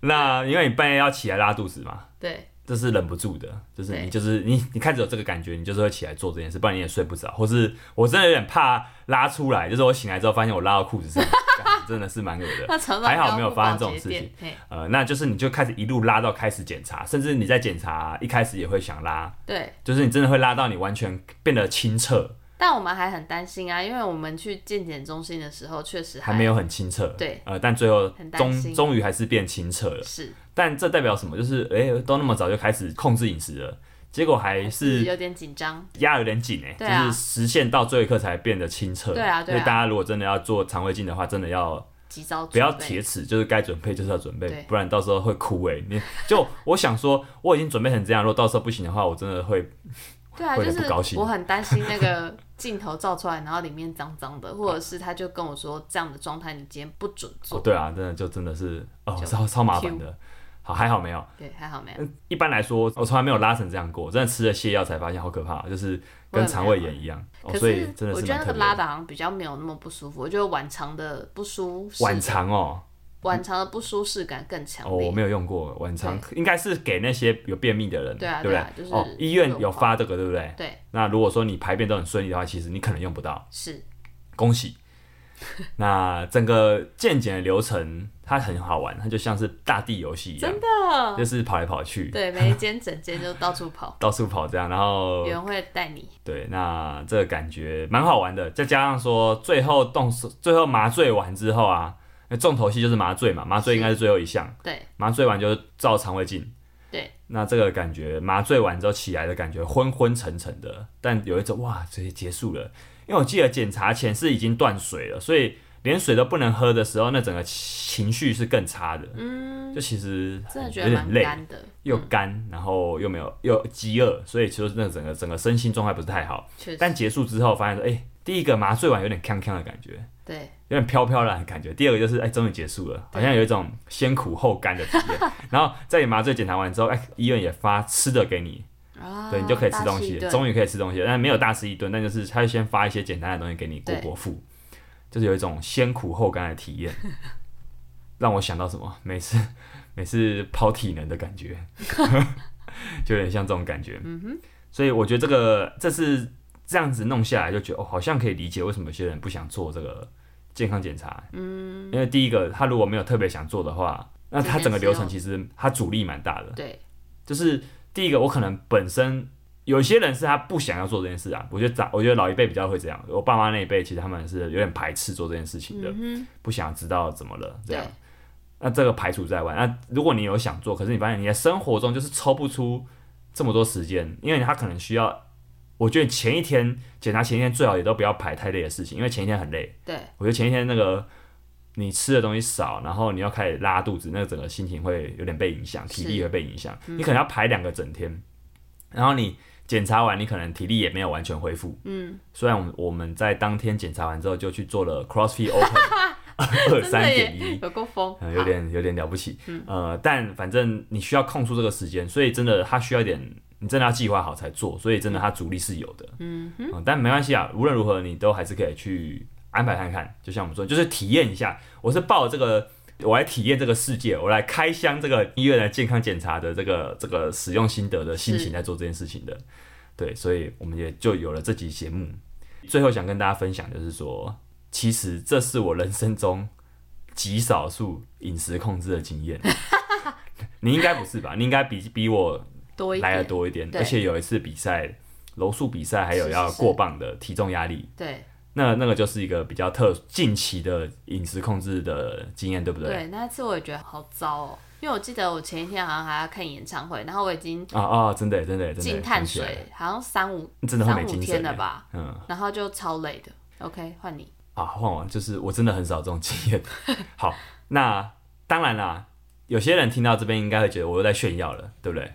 Speaker 1: 那因为你半夜要起来拉肚子嘛，
Speaker 2: 对
Speaker 1: 这是忍不住的，就是你
Speaker 2: 对
Speaker 1: 就是你你开始有这个感觉，你就是会起来做这件事，不然你也睡不着，或是我真的有点怕拉出来，就是我醒来之后发现我拉到裤子上，干真的是蛮恶的。
Speaker 2: 那常常
Speaker 1: 还好没有
Speaker 2: 要
Speaker 1: 发生
Speaker 2: 不保
Speaker 1: 这种
Speaker 2: 洁
Speaker 1: 事情
Speaker 2: 店。嘿
Speaker 1: 呃，那就是你就开始一路拉到开始检查，甚至你在检查一开始也会想拉，
Speaker 2: 对，
Speaker 1: 就是你真的会拉到你完全变得清澈，
Speaker 2: 但我们还很担心啊，因为我们去健检中心的时候，确实
Speaker 1: 还没有很清澈。
Speaker 2: 对，
Speaker 1: 呃，但最后
Speaker 2: 很担
Speaker 1: 终
Speaker 2: 心
Speaker 1: 终于还是变清澈了。
Speaker 2: 是
Speaker 1: 但这代表什么？就是诶，都那么早就开始控制饮食了，结果还是
Speaker 2: 有点紧张。
Speaker 1: 压有点紧哎、
Speaker 2: 对啊
Speaker 1: 就是实现到最后一刻才变得清澈。
Speaker 2: 对啊
Speaker 1: 所
Speaker 2: 对啊
Speaker 1: 以大家如果真的要做肠胃镜的话，真的要
Speaker 2: 及早
Speaker 1: 不要
Speaker 2: 准备
Speaker 1: 铁齿，就是该准备就是要准备
Speaker 2: 对，
Speaker 1: 不然到时候会枯萎。你就我想说，我已经准备成这样，如果到时候不行的话，我真的会
Speaker 2: 对啊，
Speaker 1: 会
Speaker 2: 就
Speaker 1: 很
Speaker 2: 是
Speaker 1: 不高兴
Speaker 2: 我很担心那 个镜头照出来，然后里面脏脏的，或者是他就跟我说这样的状态你今天不准
Speaker 1: 哦
Speaker 2: 做。，
Speaker 1: 对啊，真的就真的是哦，
Speaker 2: 就
Speaker 1: 超超麻烦的。好，还好没有。
Speaker 2: 对，还好没有。
Speaker 1: 嗯一般来说，我从来没有拉成这样过，真的吃了泻药才发现好可怕，就是跟肠胃炎一样。哦，
Speaker 2: 可
Speaker 1: 所以
Speaker 2: 是
Speaker 1: 真的
Speaker 2: 我
Speaker 1: 是
Speaker 2: 觉得
Speaker 1: 蛮
Speaker 2: 那
Speaker 1: 特
Speaker 2: 个
Speaker 1: 别
Speaker 2: 拉
Speaker 1: 的。
Speaker 2: 的好像比较没有那么不舒服，我觉得晚肠的不舒适，
Speaker 1: 晚肠哦，
Speaker 2: 晚肠的不舒适感更强
Speaker 1: 哦，我
Speaker 2: 烈。
Speaker 1: 没有用过晚肠，应该是给那些有便秘的人，
Speaker 2: 对啊
Speaker 1: 不
Speaker 2: 对啊就是
Speaker 1: 哦，医院有
Speaker 2: 有
Speaker 1: 发这个，对不对？
Speaker 2: 对，
Speaker 1: 那如果说你排便都很顺利的话，其实你可能用不到。
Speaker 2: 是
Speaker 1: 恭 喜。那整个健检的流程它很好玩，它就像是大地游戏一样
Speaker 2: 真，的。
Speaker 1: 就是跑来跑去，
Speaker 2: 对，每一间整间就到处 跑，
Speaker 1: 到处跑这样。然后
Speaker 2: 有人会带你。
Speaker 1: 对，那这个感觉蛮好玩的。再加上说最后动手，最后麻醉完之后啊，那重头戏就是麻醉嘛，麻醉应该是最后一项，
Speaker 2: 对
Speaker 1: 麻醉完就是照肠胃镜。
Speaker 2: 对，
Speaker 1: 那这个感觉麻醉完之后起来的感觉昏昏沉沉的，但有一种哇，直接结束了。因为我记得检查前是已经断水了，所以连水都不能喝的时候，那整个情绪是更差的。嗯，就其实
Speaker 2: 真的觉
Speaker 1: 有
Speaker 2: 得蛮
Speaker 1: 点累，
Speaker 2: 干的。
Speaker 1: 又干，然后又没有又饥饿，所以其实那整个整个身心状态不是太好。
Speaker 2: 确实，
Speaker 1: 但结束之后发现说，哎、第一个麻醉完有点康康的感觉，
Speaker 2: 对
Speaker 1: 有点飘飘然的感觉。第二个就是，哎、终于结束了，好像有一种先苦后甘的体验。然后在你麻醉检查完之后，哎、医院也发吃的给你，
Speaker 2: 啊，
Speaker 1: 对你就可以吃东西，
Speaker 2: 大气
Speaker 1: 终于可以吃东西了。但没有大吃一顿，但就是他会先发一些简单的东西给你过
Speaker 2: 对
Speaker 1: 过腹，就是有一种先苦后甘的体 验，让我想到什么？每次每次抛体能的感 觉，就有点像这种感觉。嗯哼，所以我觉得这个这是这样子弄下来，就觉得哦，好像可以理解为什么有些人不想做这个健康检查。嗯，因为第一个，他如果没有特别想做的话，那他整个流程其实他阻力蛮大的。
Speaker 2: 对
Speaker 1: 就是第一个，我可能本身有些人是他不想要做这件事啊。我觉得长，我觉得老一辈比较会这样。我爸妈那一辈其实他们是有点排斥做这件事情
Speaker 2: 嗯
Speaker 1: 的，不想知道怎么了这样
Speaker 2: 对。
Speaker 1: 那这个排除在外。那如果你有想做，可是你发现你的生活中就是抽不出这么多时间，因为他可能需要。我觉得前一天检查前一天最好也都不要排太累的事情，因为前一天很累。
Speaker 2: 对
Speaker 1: 我觉得前一天那个你吃的东西少，然后你要开始拉肚子，那个整个心情会有点被影响，体
Speaker 2: 是嗯
Speaker 1: 力会被影响。你可能要排两个整天，然后你检查完，你可能体力也没有完全恢复。嗯，虽然我们我们在当天检查完之后就去做了 CrossFit Open 二
Speaker 2: 真
Speaker 1: 三
Speaker 2: 的
Speaker 1: 点
Speaker 2: 耶
Speaker 1: 一，，
Speaker 2: 有够疯，
Speaker 1: 嗯，有
Speaker 2: 好嗯
Speaker 1: 点有点了不起。呃，但反正你需要空出这个时间，所以真的它需要一点，你真的要计划好才做，所以真的它阻力是有的。嗯但没关系啊，无论如何你都还是可以去安排看看。就像我们说，就是体验一下。我是抱这个。我来体验这个世界，我来开箱这个医院的健康检查的这个这个使用心得的心情，
Speaker 2: 是
Speaker 1: 在做这件事情的，对，所以我们也就有了这集节目。最后想跟大家分享，就是说，其实这是我人生中极少数饮食控制的经 验。你应该不是吧？你应该比比我
Speaker 2: 多一
Speaker 1: 来的
Speaker 2: 点，
Speaker 1: 多一点，
Speaker 2: 对
Speaker 1: 而且有一次比赛，柔术比赛还有
Speaker 2: 是是
Speaker 1: 要
Speaker 2: 是
Speaker 1: 过磅的体重压力，
Speaker 2: 对
Speaker 1: 那那个就是一个比较特近期的饮食控制的经验，对不对？
Speaker 2: 对。那一次我也觉得好糟哦，因为我记得我前一天好像还要看演唱会，然后我已经
Speaker 1: 啊啊，真的真的真的，
Speaker 2: 进碳
Speaker 1: 想起来了
Speaker 2: 水，好像三五
Speaker 1: 真的会
Speaker 2: 三
Speaker 1: 没
Speaker 2: 五
Speaker 1: 精
Speaker 2: 天
Speaker 1: 神
Speaker 2: 了
Speaker 1: 欸
Speaker 2: 吧，
Speaker 1: 嗯。
Speaker 2: 然后就超累的。OK，换你，
Speaker 1: 啊，换我就是我真的很少这种经验。好，那当然啦，有些人听到这边应该会觉得我又在炫耀了，对不对？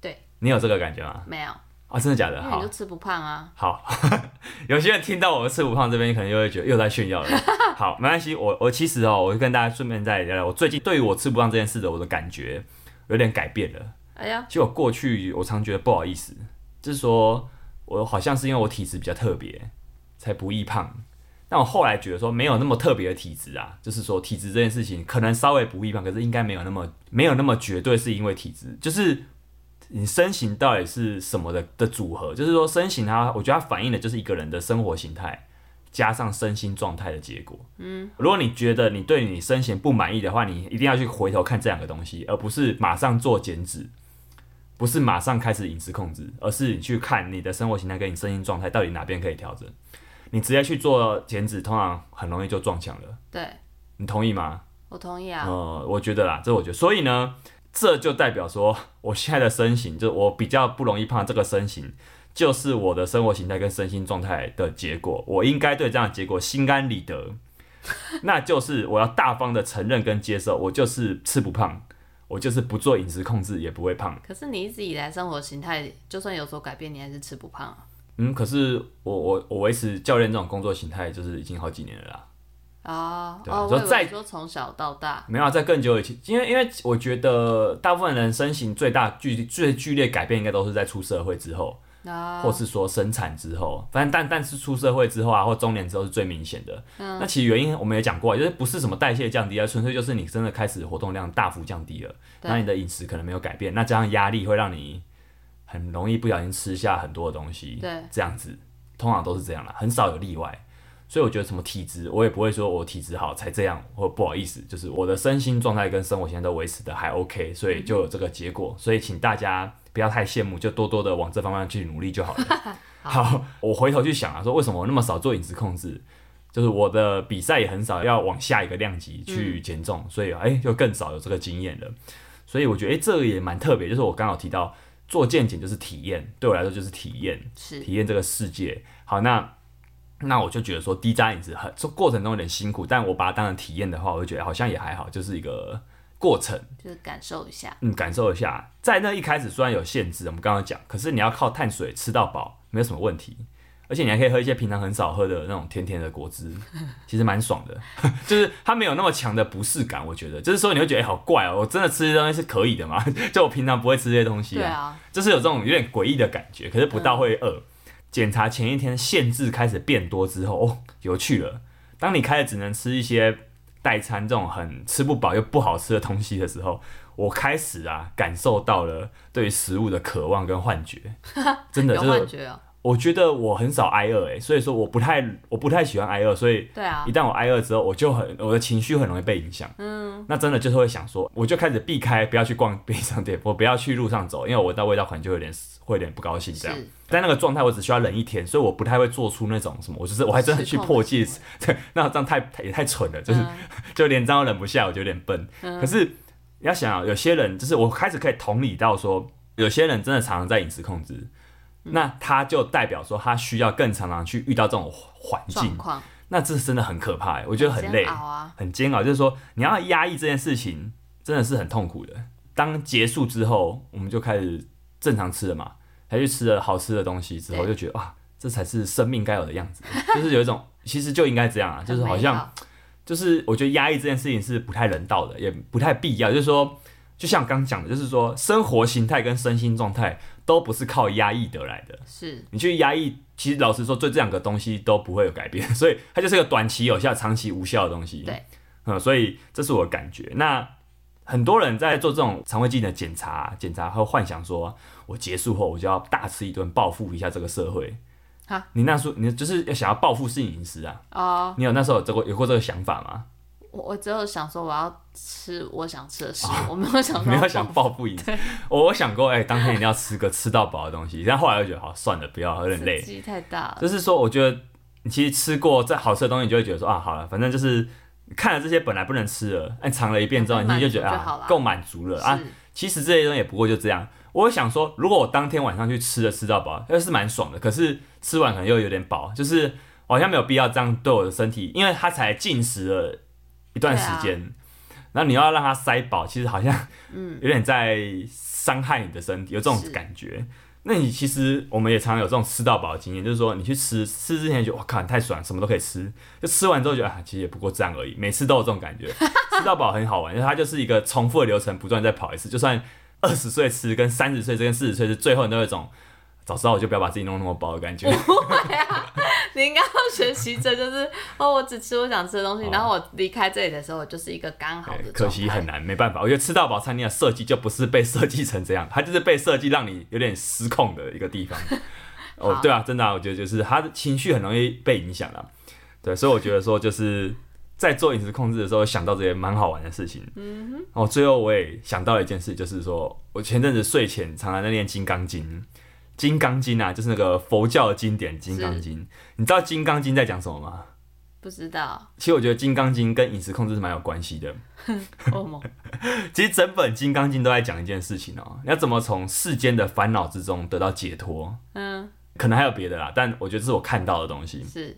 Speaker 2: 对，
Speaker 1: 你有这个感觉吗？
Speaker 2: 没有，
Speaker 1: 啊，真的假的？
Speaker 2: 因为你
Speaker 1: 好
Speaker 2: 就，吃不胖啊。
Speaker 1: 好， 有些人听到我们吃五胖这边，可能又会觉得又在炫耀了。好，没关系，我我其实哦，我就跟大家顺便再聊聊，我最近对于我吃不胖这件事的我的感觉有点改变了。
Speaker 2: 哎呀，
Speaker 1: 其实我过去我常觉得不好意思，就是说我好像是因为我体质比较特别，才不易胖。但我后来觉得说没有那么特别的体质啊，就是说体质这件事情可能稍微不易胖，可是应该没有那么没有那么绝对是因为体质，就是你身形到底是什么的的组合，就是说身形它，我觉得它反映的就是一个人的生活形态加上身心状态的结果。嗯，如果你觉得你对你身形不满意的话，你一定要去回头看这两个东西，而不是马上做减脂。不是马上开始饮食控制，而是你去看你的生活形态跟你身心状态到底哪边可以调整。你直接去做减脂，通常很容易就撞墙了。
Speaker 2: 对
Speaker 1: 你同意吗？
Speaker 2: 我同意啊。
Speaker 1: 呃，我觉得啦，这我觉得，所以呢，这就代表说我现在的身形，就我比较不容易胖，这个身形就是我的生活形态跟身心状态的结果。我应该对这样的结果心安理得，那就是我要大方的承认跟接受，我就是吃不胖，我就是不做饮食控制也不会胖。
Speaker 2: 可是你一直以来生活形态，就算有所改变，你还是吃不胖啊。
Speaker 1: 嗯，可是我我我维持教练这种工作形态，就是已经好几年了啦。
Speaker 2: 哦
Speaker 1: 对啊
Speaker 2: 哦，
Speaker 1: 说
Speaker 2: 我以为
Speaker 1: 再
Speaker 2: 你说从小到大，
Speaker 1: 没有啊，在更久以前，因为因为我觉得大部分人身形最大剧最剧烈改变，应该都是在出社会之后，
Speaker 2: 啊、
Speaker 1: 或是说生产之后。反正但但是出社会之后啊，或中年之后是最明显的。那其实原因我们也讲过啊，就是不是什么代谢降低啊，纯粹就是你真的开始活动量大幅降低了，
Speaker 2: 对
Speaker 1: 那你的饮食可能没有改变，那加上压力会让你很容易不小心吃下很多的东西。
Speaker 2: 对
Speaker 1: 这样子，通常都是这样啦，很少有例外。所以我觉得什么体质，我也不会说我体质好才这样，或不好意思，就是我的身心状态跟生活现在都维持的还 OK，所以就有这个结果。所以请大家不要太羡慕，就多多的往这方面去努力就好了。好， 我回头去想啊，说为什么我那么少做饮食控制？就是我的比赛也很少要往下一个量级去减重，所以哎、就更少有这个经验了。所以我觉得哎、这个也蛮特别，就是我刚好提到做健检就是体验，对我来说就是体验。
Speaker 2: 是
Speaker 1: 体验这个世界。好，那那我就觉得说低渣饮食很这过程中有点辛苦，但我把它当成体验的话，我就觉得好像也还好，就是一个过程，
Speaker 2: 就是感受一下，
Speaker 1: 嗯，感受一下。在那一开始虽然有限制，我们刚刚讲，可是你要靠碳水吃到饱，没有什么问题。而且你还可以喝一些平常很少喝的那种甜甜的果汁，其实蛮爽的， 就是它没有那么强的不适感，我觉得，就是说你会觉得、哎好怪哦，我真的吃这些东西是可以的吗？ 就我平常不会吃这些东西
Speaker 2: 对啊，
Speaker 1: 就是有这种有点诡异的感觉，可是不到会
Speaker 2: 嗯
Speaker 1: 饿。检查前一天限制开始变多之后，哦，有趣了。当你开始只能吃一些代餐这种很吃不饱又不好吃的东西的时候，我开始啊感受到了对于食物的渴望跟幻 觉，真的
Speaker 2: 有幻
Speaker 1: 就是
Speaker 2: 觉哦、
Speaker 1: 我觉得我很少挨饿诶、欸所以说我不太我不太喜欢挨饿，所以
Speaker 2: 对啊
Speaker 1: 一，旦我挨饿之后，我就很我的情绪很容易被影响。嗯，那真的就是会想说，我就开始避开，不要去逛便利商店，我不要去路上走，因为我闻到味道可能就有点会有点不高兴这样
Speaker 2: 是。
Speaker 1: 但那个状态我只需要忍一天，所以我不太会做出那种什么，我就是我还真的去
Speaker 2: 失控的
Speaker 1: 破戒
Speaker 2: 行，
Speaker 1: 对，那 这样太太也太蠢了，就是、
Speaker 2: 嗯
Speaker 1: 就连这样都忍不下，我就有点笨。可是你要想啊，有些人就是我开始可以同理到说，有些人真的常常在饮食控制。
Speaker 2: 嗯
Speaker 1: 那他就代表说，他需要更常常去遇到这种环境
Speaker 2: 状，况，
Speaker 1: 那这真的很可怕欸，我觉得很
Speaker 2: 煎
Speaker 1: 累，
Speaker 2: 熬啊，
Speaker 1: 很煎熬。就是说，你要压抑这件事情，真的是很痛苦的。当结束之后，我们就开始正常吃了嘛，还去吃了好吃的东西之后，就
Speaker 2: 对
Speaker 1: 觉得哇，这才是生命该有的样子，就是有一种其实就应该这样啊，就是
Speaker 2: 很
Speaker 1: 好
Speaker 2: 美
Speaker 1: 像
Speaker 2: 好
Speaker 1: 就是我觉得压抑这件事情是不太人道的，也不太必要。就是说，就像刚讲的，就是说生活形态跟身心状态都不是靠压抑得来的。
Speaker 2: 是
Speaker 1: 你去压抑，其实老实说，对这两个东西都不会有改变， 所以它就是一个短期有效、长期无效的东西。
Speaker 2: 对，
Speaker 1: 嗯，所以这是我的感觉。那很多人在做这种肠胃镜的检查，检查后幻想说，我结束后我就要大吃一顿，报复一下这个社会。
Speaker 2: 啊，
Speaker 1: 你那时候你就是要想要报复性饮食啊？
Speaker 2: 哦，
Speaker 1: 你有那时候有这过有过这个想法吗？
Speaker 2: 我我只有想说我要吃我想吃的食物，我没 有想到
Speaker 1: 哦没有想报复饮食，我我想过，哎、当天一定要吃个吃到饱的东西，但后来又觉得，好算了，不要，有点累
Speaker 2: 刺。激太大了，
Speaker 1: 就是说，我觉得你其实吃过再好吃的东西，你就会觉得说啊，好了，反正就是看了这些本来不能吃的，哎，尝了一遍之后，
Speaker 2: 够
Speaker 1: 你就觉得
Speaker 2: 满足就好
Speaker 1: 啊
Speaker 2: 啦，
Speaker 1: 够满足了啊。
Speaker 2: 是
Speaker 1: 其实这些东西也不过就这样。我想说，如果我当天晚上去吃了吃到饱，那是蛮爽的。可是吃完可能又有点饱，就是我好像没有必要这样对我的身体，因为它才进食了一段时
Speaker 2: 啊
Speaker 1: 间，然后你要让它塞饱，其实好像有点在伤害你的身体，有这种
Speaker 2: 是
Speaker 1: 感觉。那你其实我们也常有这种吃到饱的经验，就是说你去吃吃之前觉得哇靠太爽，什么都可以吃，就吃完之后觉得啊其实也不过这样而已，每次都有这种感觉。吃到饱很好玩，因为它就是一个重复的流程，不断在跑一次。就算二十岁吃跟三十岁跟四十岁吃，最后你都有一种早知道我就不要把自己弄那么饱的感觉。
Speaker 2: 你应该要学习这，就是哦，我只吃我想吃的东西，
Speaker 1: 哦
Speaker 2: 然后我离开这里的时候，我就是一个刚好的
Speaker 1: 对
Speaker 2: 状态。
Speaker 1: 可惜很难，没办法。我觉得吃到饱餐厅的设计就不是被设计成这样，它就是被设计让你有点失控的一个 地方。哦
Speaker 2: 好，
Speaker 1: 对啊，真的、啊，我觉得就是他的情绪很容易被影响了。对，所以我觉得说就是在做饮食控制的时候，想到这些蛮好玩的事情。嗯哦，最后我也想到一件事，就是说我前阵子睡前常常在念《金刚经》。《金刚经》啊，就是那个佛教经典《金刚
Speaker 2: 是
Speaker 1: 经》。你知道《金刚经》在讲什么吗？
Speaker 2: 不知道
Speaker 1: 其实我觉得《金刚经》跟饮食控制是蛮有关系的。
Speaker 2: 哦么，
Speaker 1: 其实整本《金刚经》都在讲一件事情哦，你要怎么从世间的烦恼之中得到解脱？
Speaker 2: 嗯，
Speaker 1: 可能还有别的啦，但我觉得这是我看到的东西。《
Speaker 2: 是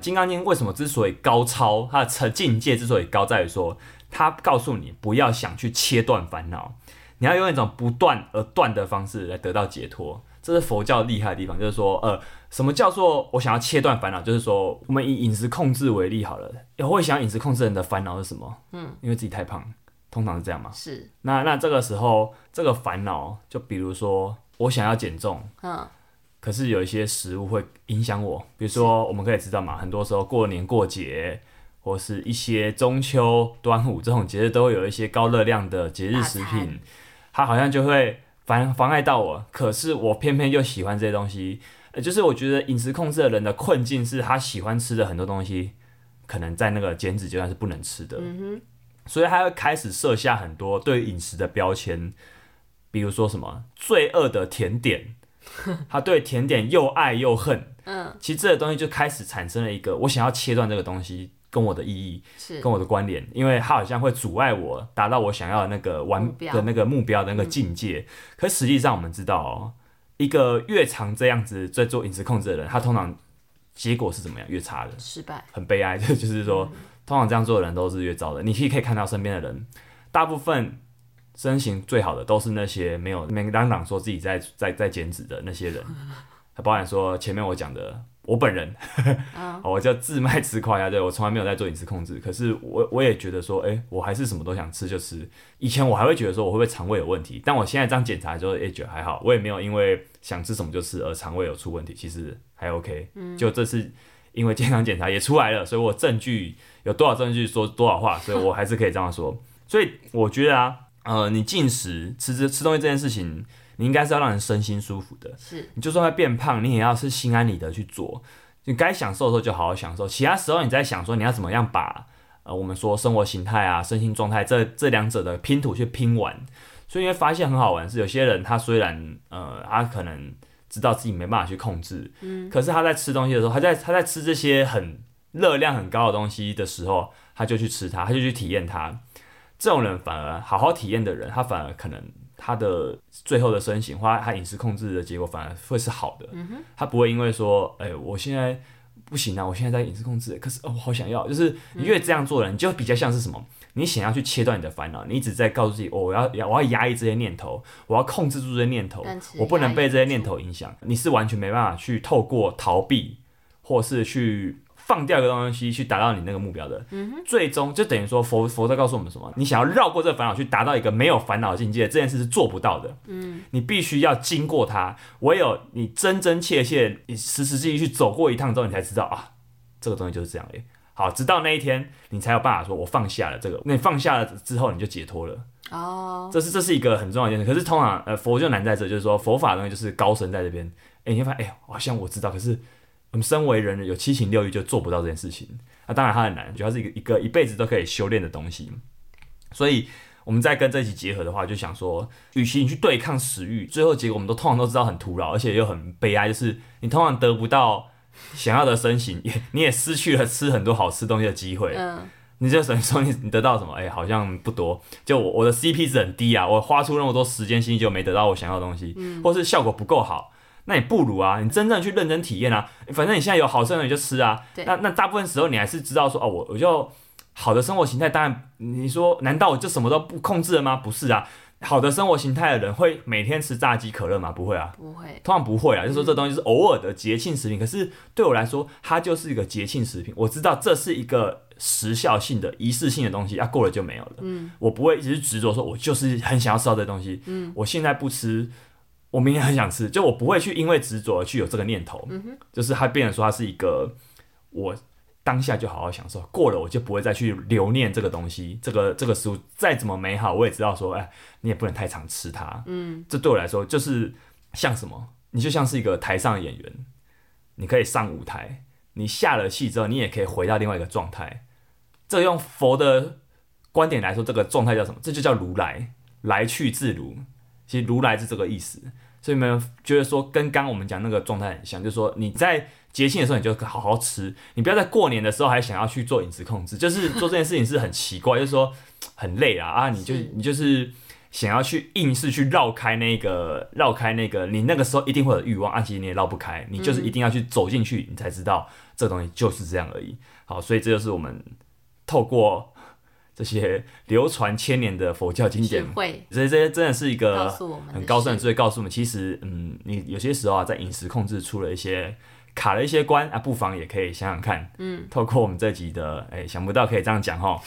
Speaker 1: 金刚经》为什么之所以高超，它的层境界之所以高，在于说它告诉你不要想去切断烦恼，你要用一种不断而断的方式来得到解脱。这是佛教厉害的地方，就是说，呃，什么叫做我想要切断烦恼？就是说，我们以饮食控制为例好了，也会想饮食控制人的烦恼是什么？嗯，因为自己太胖，通常是这样嘛。
Speaker 2: 是，
Speaker 1: 那那这个时候，这个烦恼，就比如说我想要减重，
Speaker 2: 嗯，
Speaker 1: 可是有一些食物会影响我，比如说我们可以知道嘛，很多时候过年过节或是一些中秋、端午这种节日，都会有一些高热量的节日食
Speaker 2: 大
Speaker 1: 品，它好像就会妨妨碍到我，可是我偏偏又喜欢这些东西。呃，就是我觉得饮食控制的人的困境是他喜欢吃的很多东西，可能在那个减脂阶段是不能吃的。所以他会开始设下很多对饮食的标签，比如说什么罪恶的甜点，他对甜点又爱又恨。
Speaker 2: 嗯，
Speaker 1: 其实这个东西就开始产生了一个我想要切断这个东西跟我的意义、
Speaker 2: 是
Speaker 1: 跟我的关联，因为它好像会阻碍我达到我想要的那个完
Speaker 2: 目标嗯
Speaker 1: 的那个目标的那个境界。可实际上我们知道、哦，一个越常这样子在做饮食控制的人，他通常结果是怎么样？越差的。
Speaker 2: 失败，
Speaker 1: 很悲哀， 就就是说，通常这样做的人都是越糟的。你可以可以看到身边的人，大部分身形最好的都是那些没有明当当说自己在在在减脂的那些人，包含说前面我讲的。我本人，
Speaker 2: 嗯，
Speaker 1: 我叫自卖自夸呀，对我从来没有在做饮食控制，可是我我也觉得说，哎、我还是什么都想吃就吃。以前我还会觉得说我会不会肠胃有问题，但我现在这样检查之后，哎、觉得还好，我也没有因为想吃什么就吃而肠胃有出问题，其实还 OK。就这次因为健康检查也出来了，所以我证据有多少证据说多少话，所以我还是可以这样说。所以我觉得啊，呃，你进食吃吃吃东西这件事情，你应该是要让人身心舒服的。
Speaker 2: 是
Speaker 1: 你就算会变胖，你也要是心安理得去做。你该享受的时候就好好享受，其他时候你在想说你要怎么样把呃我们说生活形态啊、身心状态这这两者的拼图去拼完。所以你会发现很好玩是，有些人他虽然呃他可能知道自己没办法去控制，嗯，可是他在吃东西的时候，他在他在吃这些很热量很高的东西的时候，他就去吃它，他就去体验它。这种人反而好好体验的人，他反而可能他的最后的身形或他饮食控制的结果反而会是好的。他不会因为说，哎、我现在不行啊，我现在在饮食控制，可是哦，我好想要。就是
Speaker 2: 嗯
Speaker 1: 你越这样做的人，你就比较像是什么？你想要去切断你的烦恼，你一直在告诉自己，哦，我要我要压抑这些念头，我要控制住这些念头
Speaker 2: 但其，实
Speaker 1: 我不能被这些
Speaker 2: 压抑不住
Speaker 1: 念头影响。你是完全没办法去透过逃避或是去放掉一个东西去达到你那个目标的。
Speaker 2: 嗯
Speaker 1: 最终就等于说佛佛在告诉我们什么？你想要绕过这个烦恼去达到一个没有烦恼的境界，这件事是做不到的。嗯，你必须要经过它，唯有你真真切切、你实实际际去走过一趟之后，你才知道啊，这个东西就是这样诶。好，直到那一天，你才有办法说，我放下了这个。那你放下了之后，你就解脱了。
Speaker 2: 哦，
Speaker 1: 这是这是一个很重要的一件事。可是通常呃佛就难在这，就是说佛法呢就是高深在这边，哎、你会发现哎、好像我知道，可是我们身为人有七情六欲就做不到这件事情。那、当然它很难，主要是一个一个一辈子都可以修炼的东西。所以我们再跟这一集结合的话，就想说，与其你去对抗食欲，最后结果我们都通常都知道很徒劳，而且又很悲哀，就是你通常得不到想要的身形，也你也失去了吃很多好吃东西的机会。
Speaker 2: 嗯，
Speaker 1: 你就等于说你你得到什么？哎、好像不多。就我我的 CP 值很低啊，我花出那么多时间心力就没得到我想要的东西，或是效果不够好。那你不如啊，你真正去认真体验啊。反正你现在有好吃的你就吃啊。
Speaker 2: 对
Speaker 1: 那那大部分时候你还是知道说哦，我我就好的生活形态。当然，你说难道我就什么都不控制了吗？不是啊。好的生活形态的人会每天吃炸鸡可乐吗？不会啊，
Speaker 2: 不会，
Speaker 1: 通常不会啊。就说这东西是偶尔的节庆食品，可是对我来说，它就是一个节庆食品。我知道这是一个时效性的、仪式性的东西，啊，过了就没有了。嗯，我不会一直去执着说，我就是很想要吃到这东西。嗯，我现在不吃，我明天很想吃，就我不会去因为执着而去有这个念头。嗯就是它变成说它是一个我。当下就好好享受，过了我就不会再去留念这个东西，这个这个食物再怎么美好，我也知道说，哎，你也不能太常吃它。嗯，这对我来说就是像什么，你就像是一个台上演员，你可以上舞台，你下了戏之后，你也可以回到另外一个状态。这个用佛的观点来说，这个状态叫什么？这就叫如来，来去自如。其实如来是这个意思，所以你们觉得说跟刚我们讲那个状态很像，就是说你在节庆的时候你就好好吃，你不要在过年的时候还想要去做饮食控制，就是做这件事情是很奇怪， 就是说很累啊啊，你就是你就是想要去硬是去绕开那个绕开那个，你那个时候一定会有欲望，啊，其实你也绕不开，你就是一定要去走进去，你才知道这东西就是这样而已。好，所以这就是我们透过这些流传千年的佛教经
Speaker 2: 智
Speaker 1: 典，
Speaker 2: 慧
Speaker 1: 所以这些真的是一
Speaker 2: 告
Speaker 1: 个
Speaker 2: 诉我们
Speaker 1: 很高深
Speaker 2: 深
Speaker 1: 的智慧告诉我们，其实，嗯，你有些时候啊，在饮食控制出了一些卡了一些关啊，不妨也可以想想看，嗯，透过我们这集的，哎、想不到可以这样讲 哈，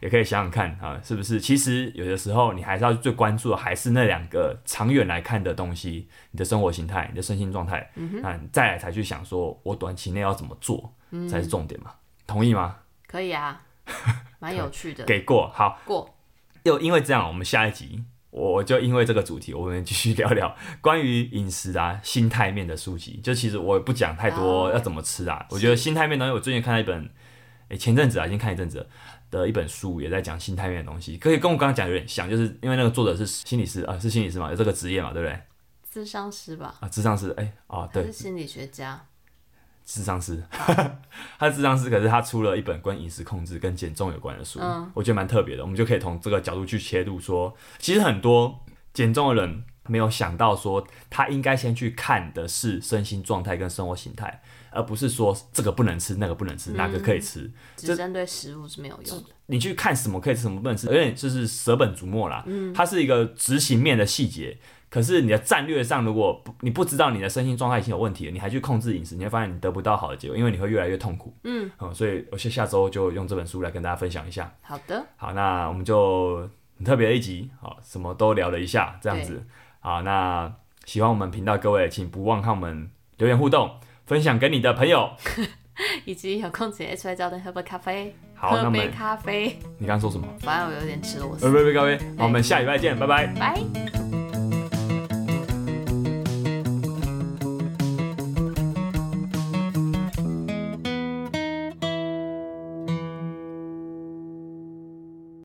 Speaker 1: 也可以想想看啊，是不是？其实有的时候你还是要最关注的还是那两个长远来看的东西，你的生活形态、你的身心状态，嗯那你再来才去想说我短期内要怎么做，才是重点嘛，同意吗？
Speaker 2: 可以啊， 蛮有趣的。
Speaker 1: 给过好，
Speaker 2: 过
Speaker 1: 又因为这样，我们下一集我就因为这个主题，我们继续聊聊关于饮食啊、心态面的书籍。就其实我也不讲太多
Speaker 2: 哦
Speaker 1: 要怎么吃啊，我觉得心态面的东西，我最近看到一本，诶、前阵子啊，已经看一阵子了的一本书，也在讲心态面的东西，可以跟我刚刚讲有点像，就是因为那个作者是心理师啊、是心理师嘛，有这个职业嘛，对不对？
Speaker 2: 智商师吧，
Speaker 1: 啊，智商师，哎、啊，
Speaker 2: 还
Speaker 1: 对
Speaker 2: 是，心理学家？
Speaker 1: 智商师， 他是智商师，可是他出了一本跟饮食控制跟减重有关的书，
Speaker 2: 嗯
Speaker 1: 我觉得蛮特别的。我们就可以从这个角度去切入说其实很多减重的人没有想到说，他应该先去看的是身心状态跟生活形态，而不是说这个不能吃，那个不能吃，哪个可以吃。
Speaker 2: 只针对食物是没有用的。
Speaker 1: 你去看什么可以吃，什么不能吃，有点就是舍本逐末啦。它是一个执行面的细节。可是你的战略上，如果不你不知道你的身心状态已经有问题了，你还去控制饮食，你会发现你得不到好的结果，因为你会越来越痛苦。嗯，所以我下下周就用这本书来跟大家分享一下。
Speaker 2: 好的，
Speaker 1: 好，那我们就很特别的一集，好，什么都聊了一下，这样子。好，那喜欢我们频道各位，请不忘和我们留言互动，分享给你的朋友。
Speaker 2: 以及有空请 H Y 教练喝杯咖啡，
Speaker 1: 好，那
Speaker 2: 喝
Speaker 1: 我们
Speaker 2: 杯咖啡。
Speaker 1: 你刚刚说什么？
Speaker 2: 反正我有点吃螺
Speaker 1: 呃，
Speaker 2: 丝，
Speaker 1: 不不，各位，好我们下礼拜见，拜拜。
Speaker 2: 拜。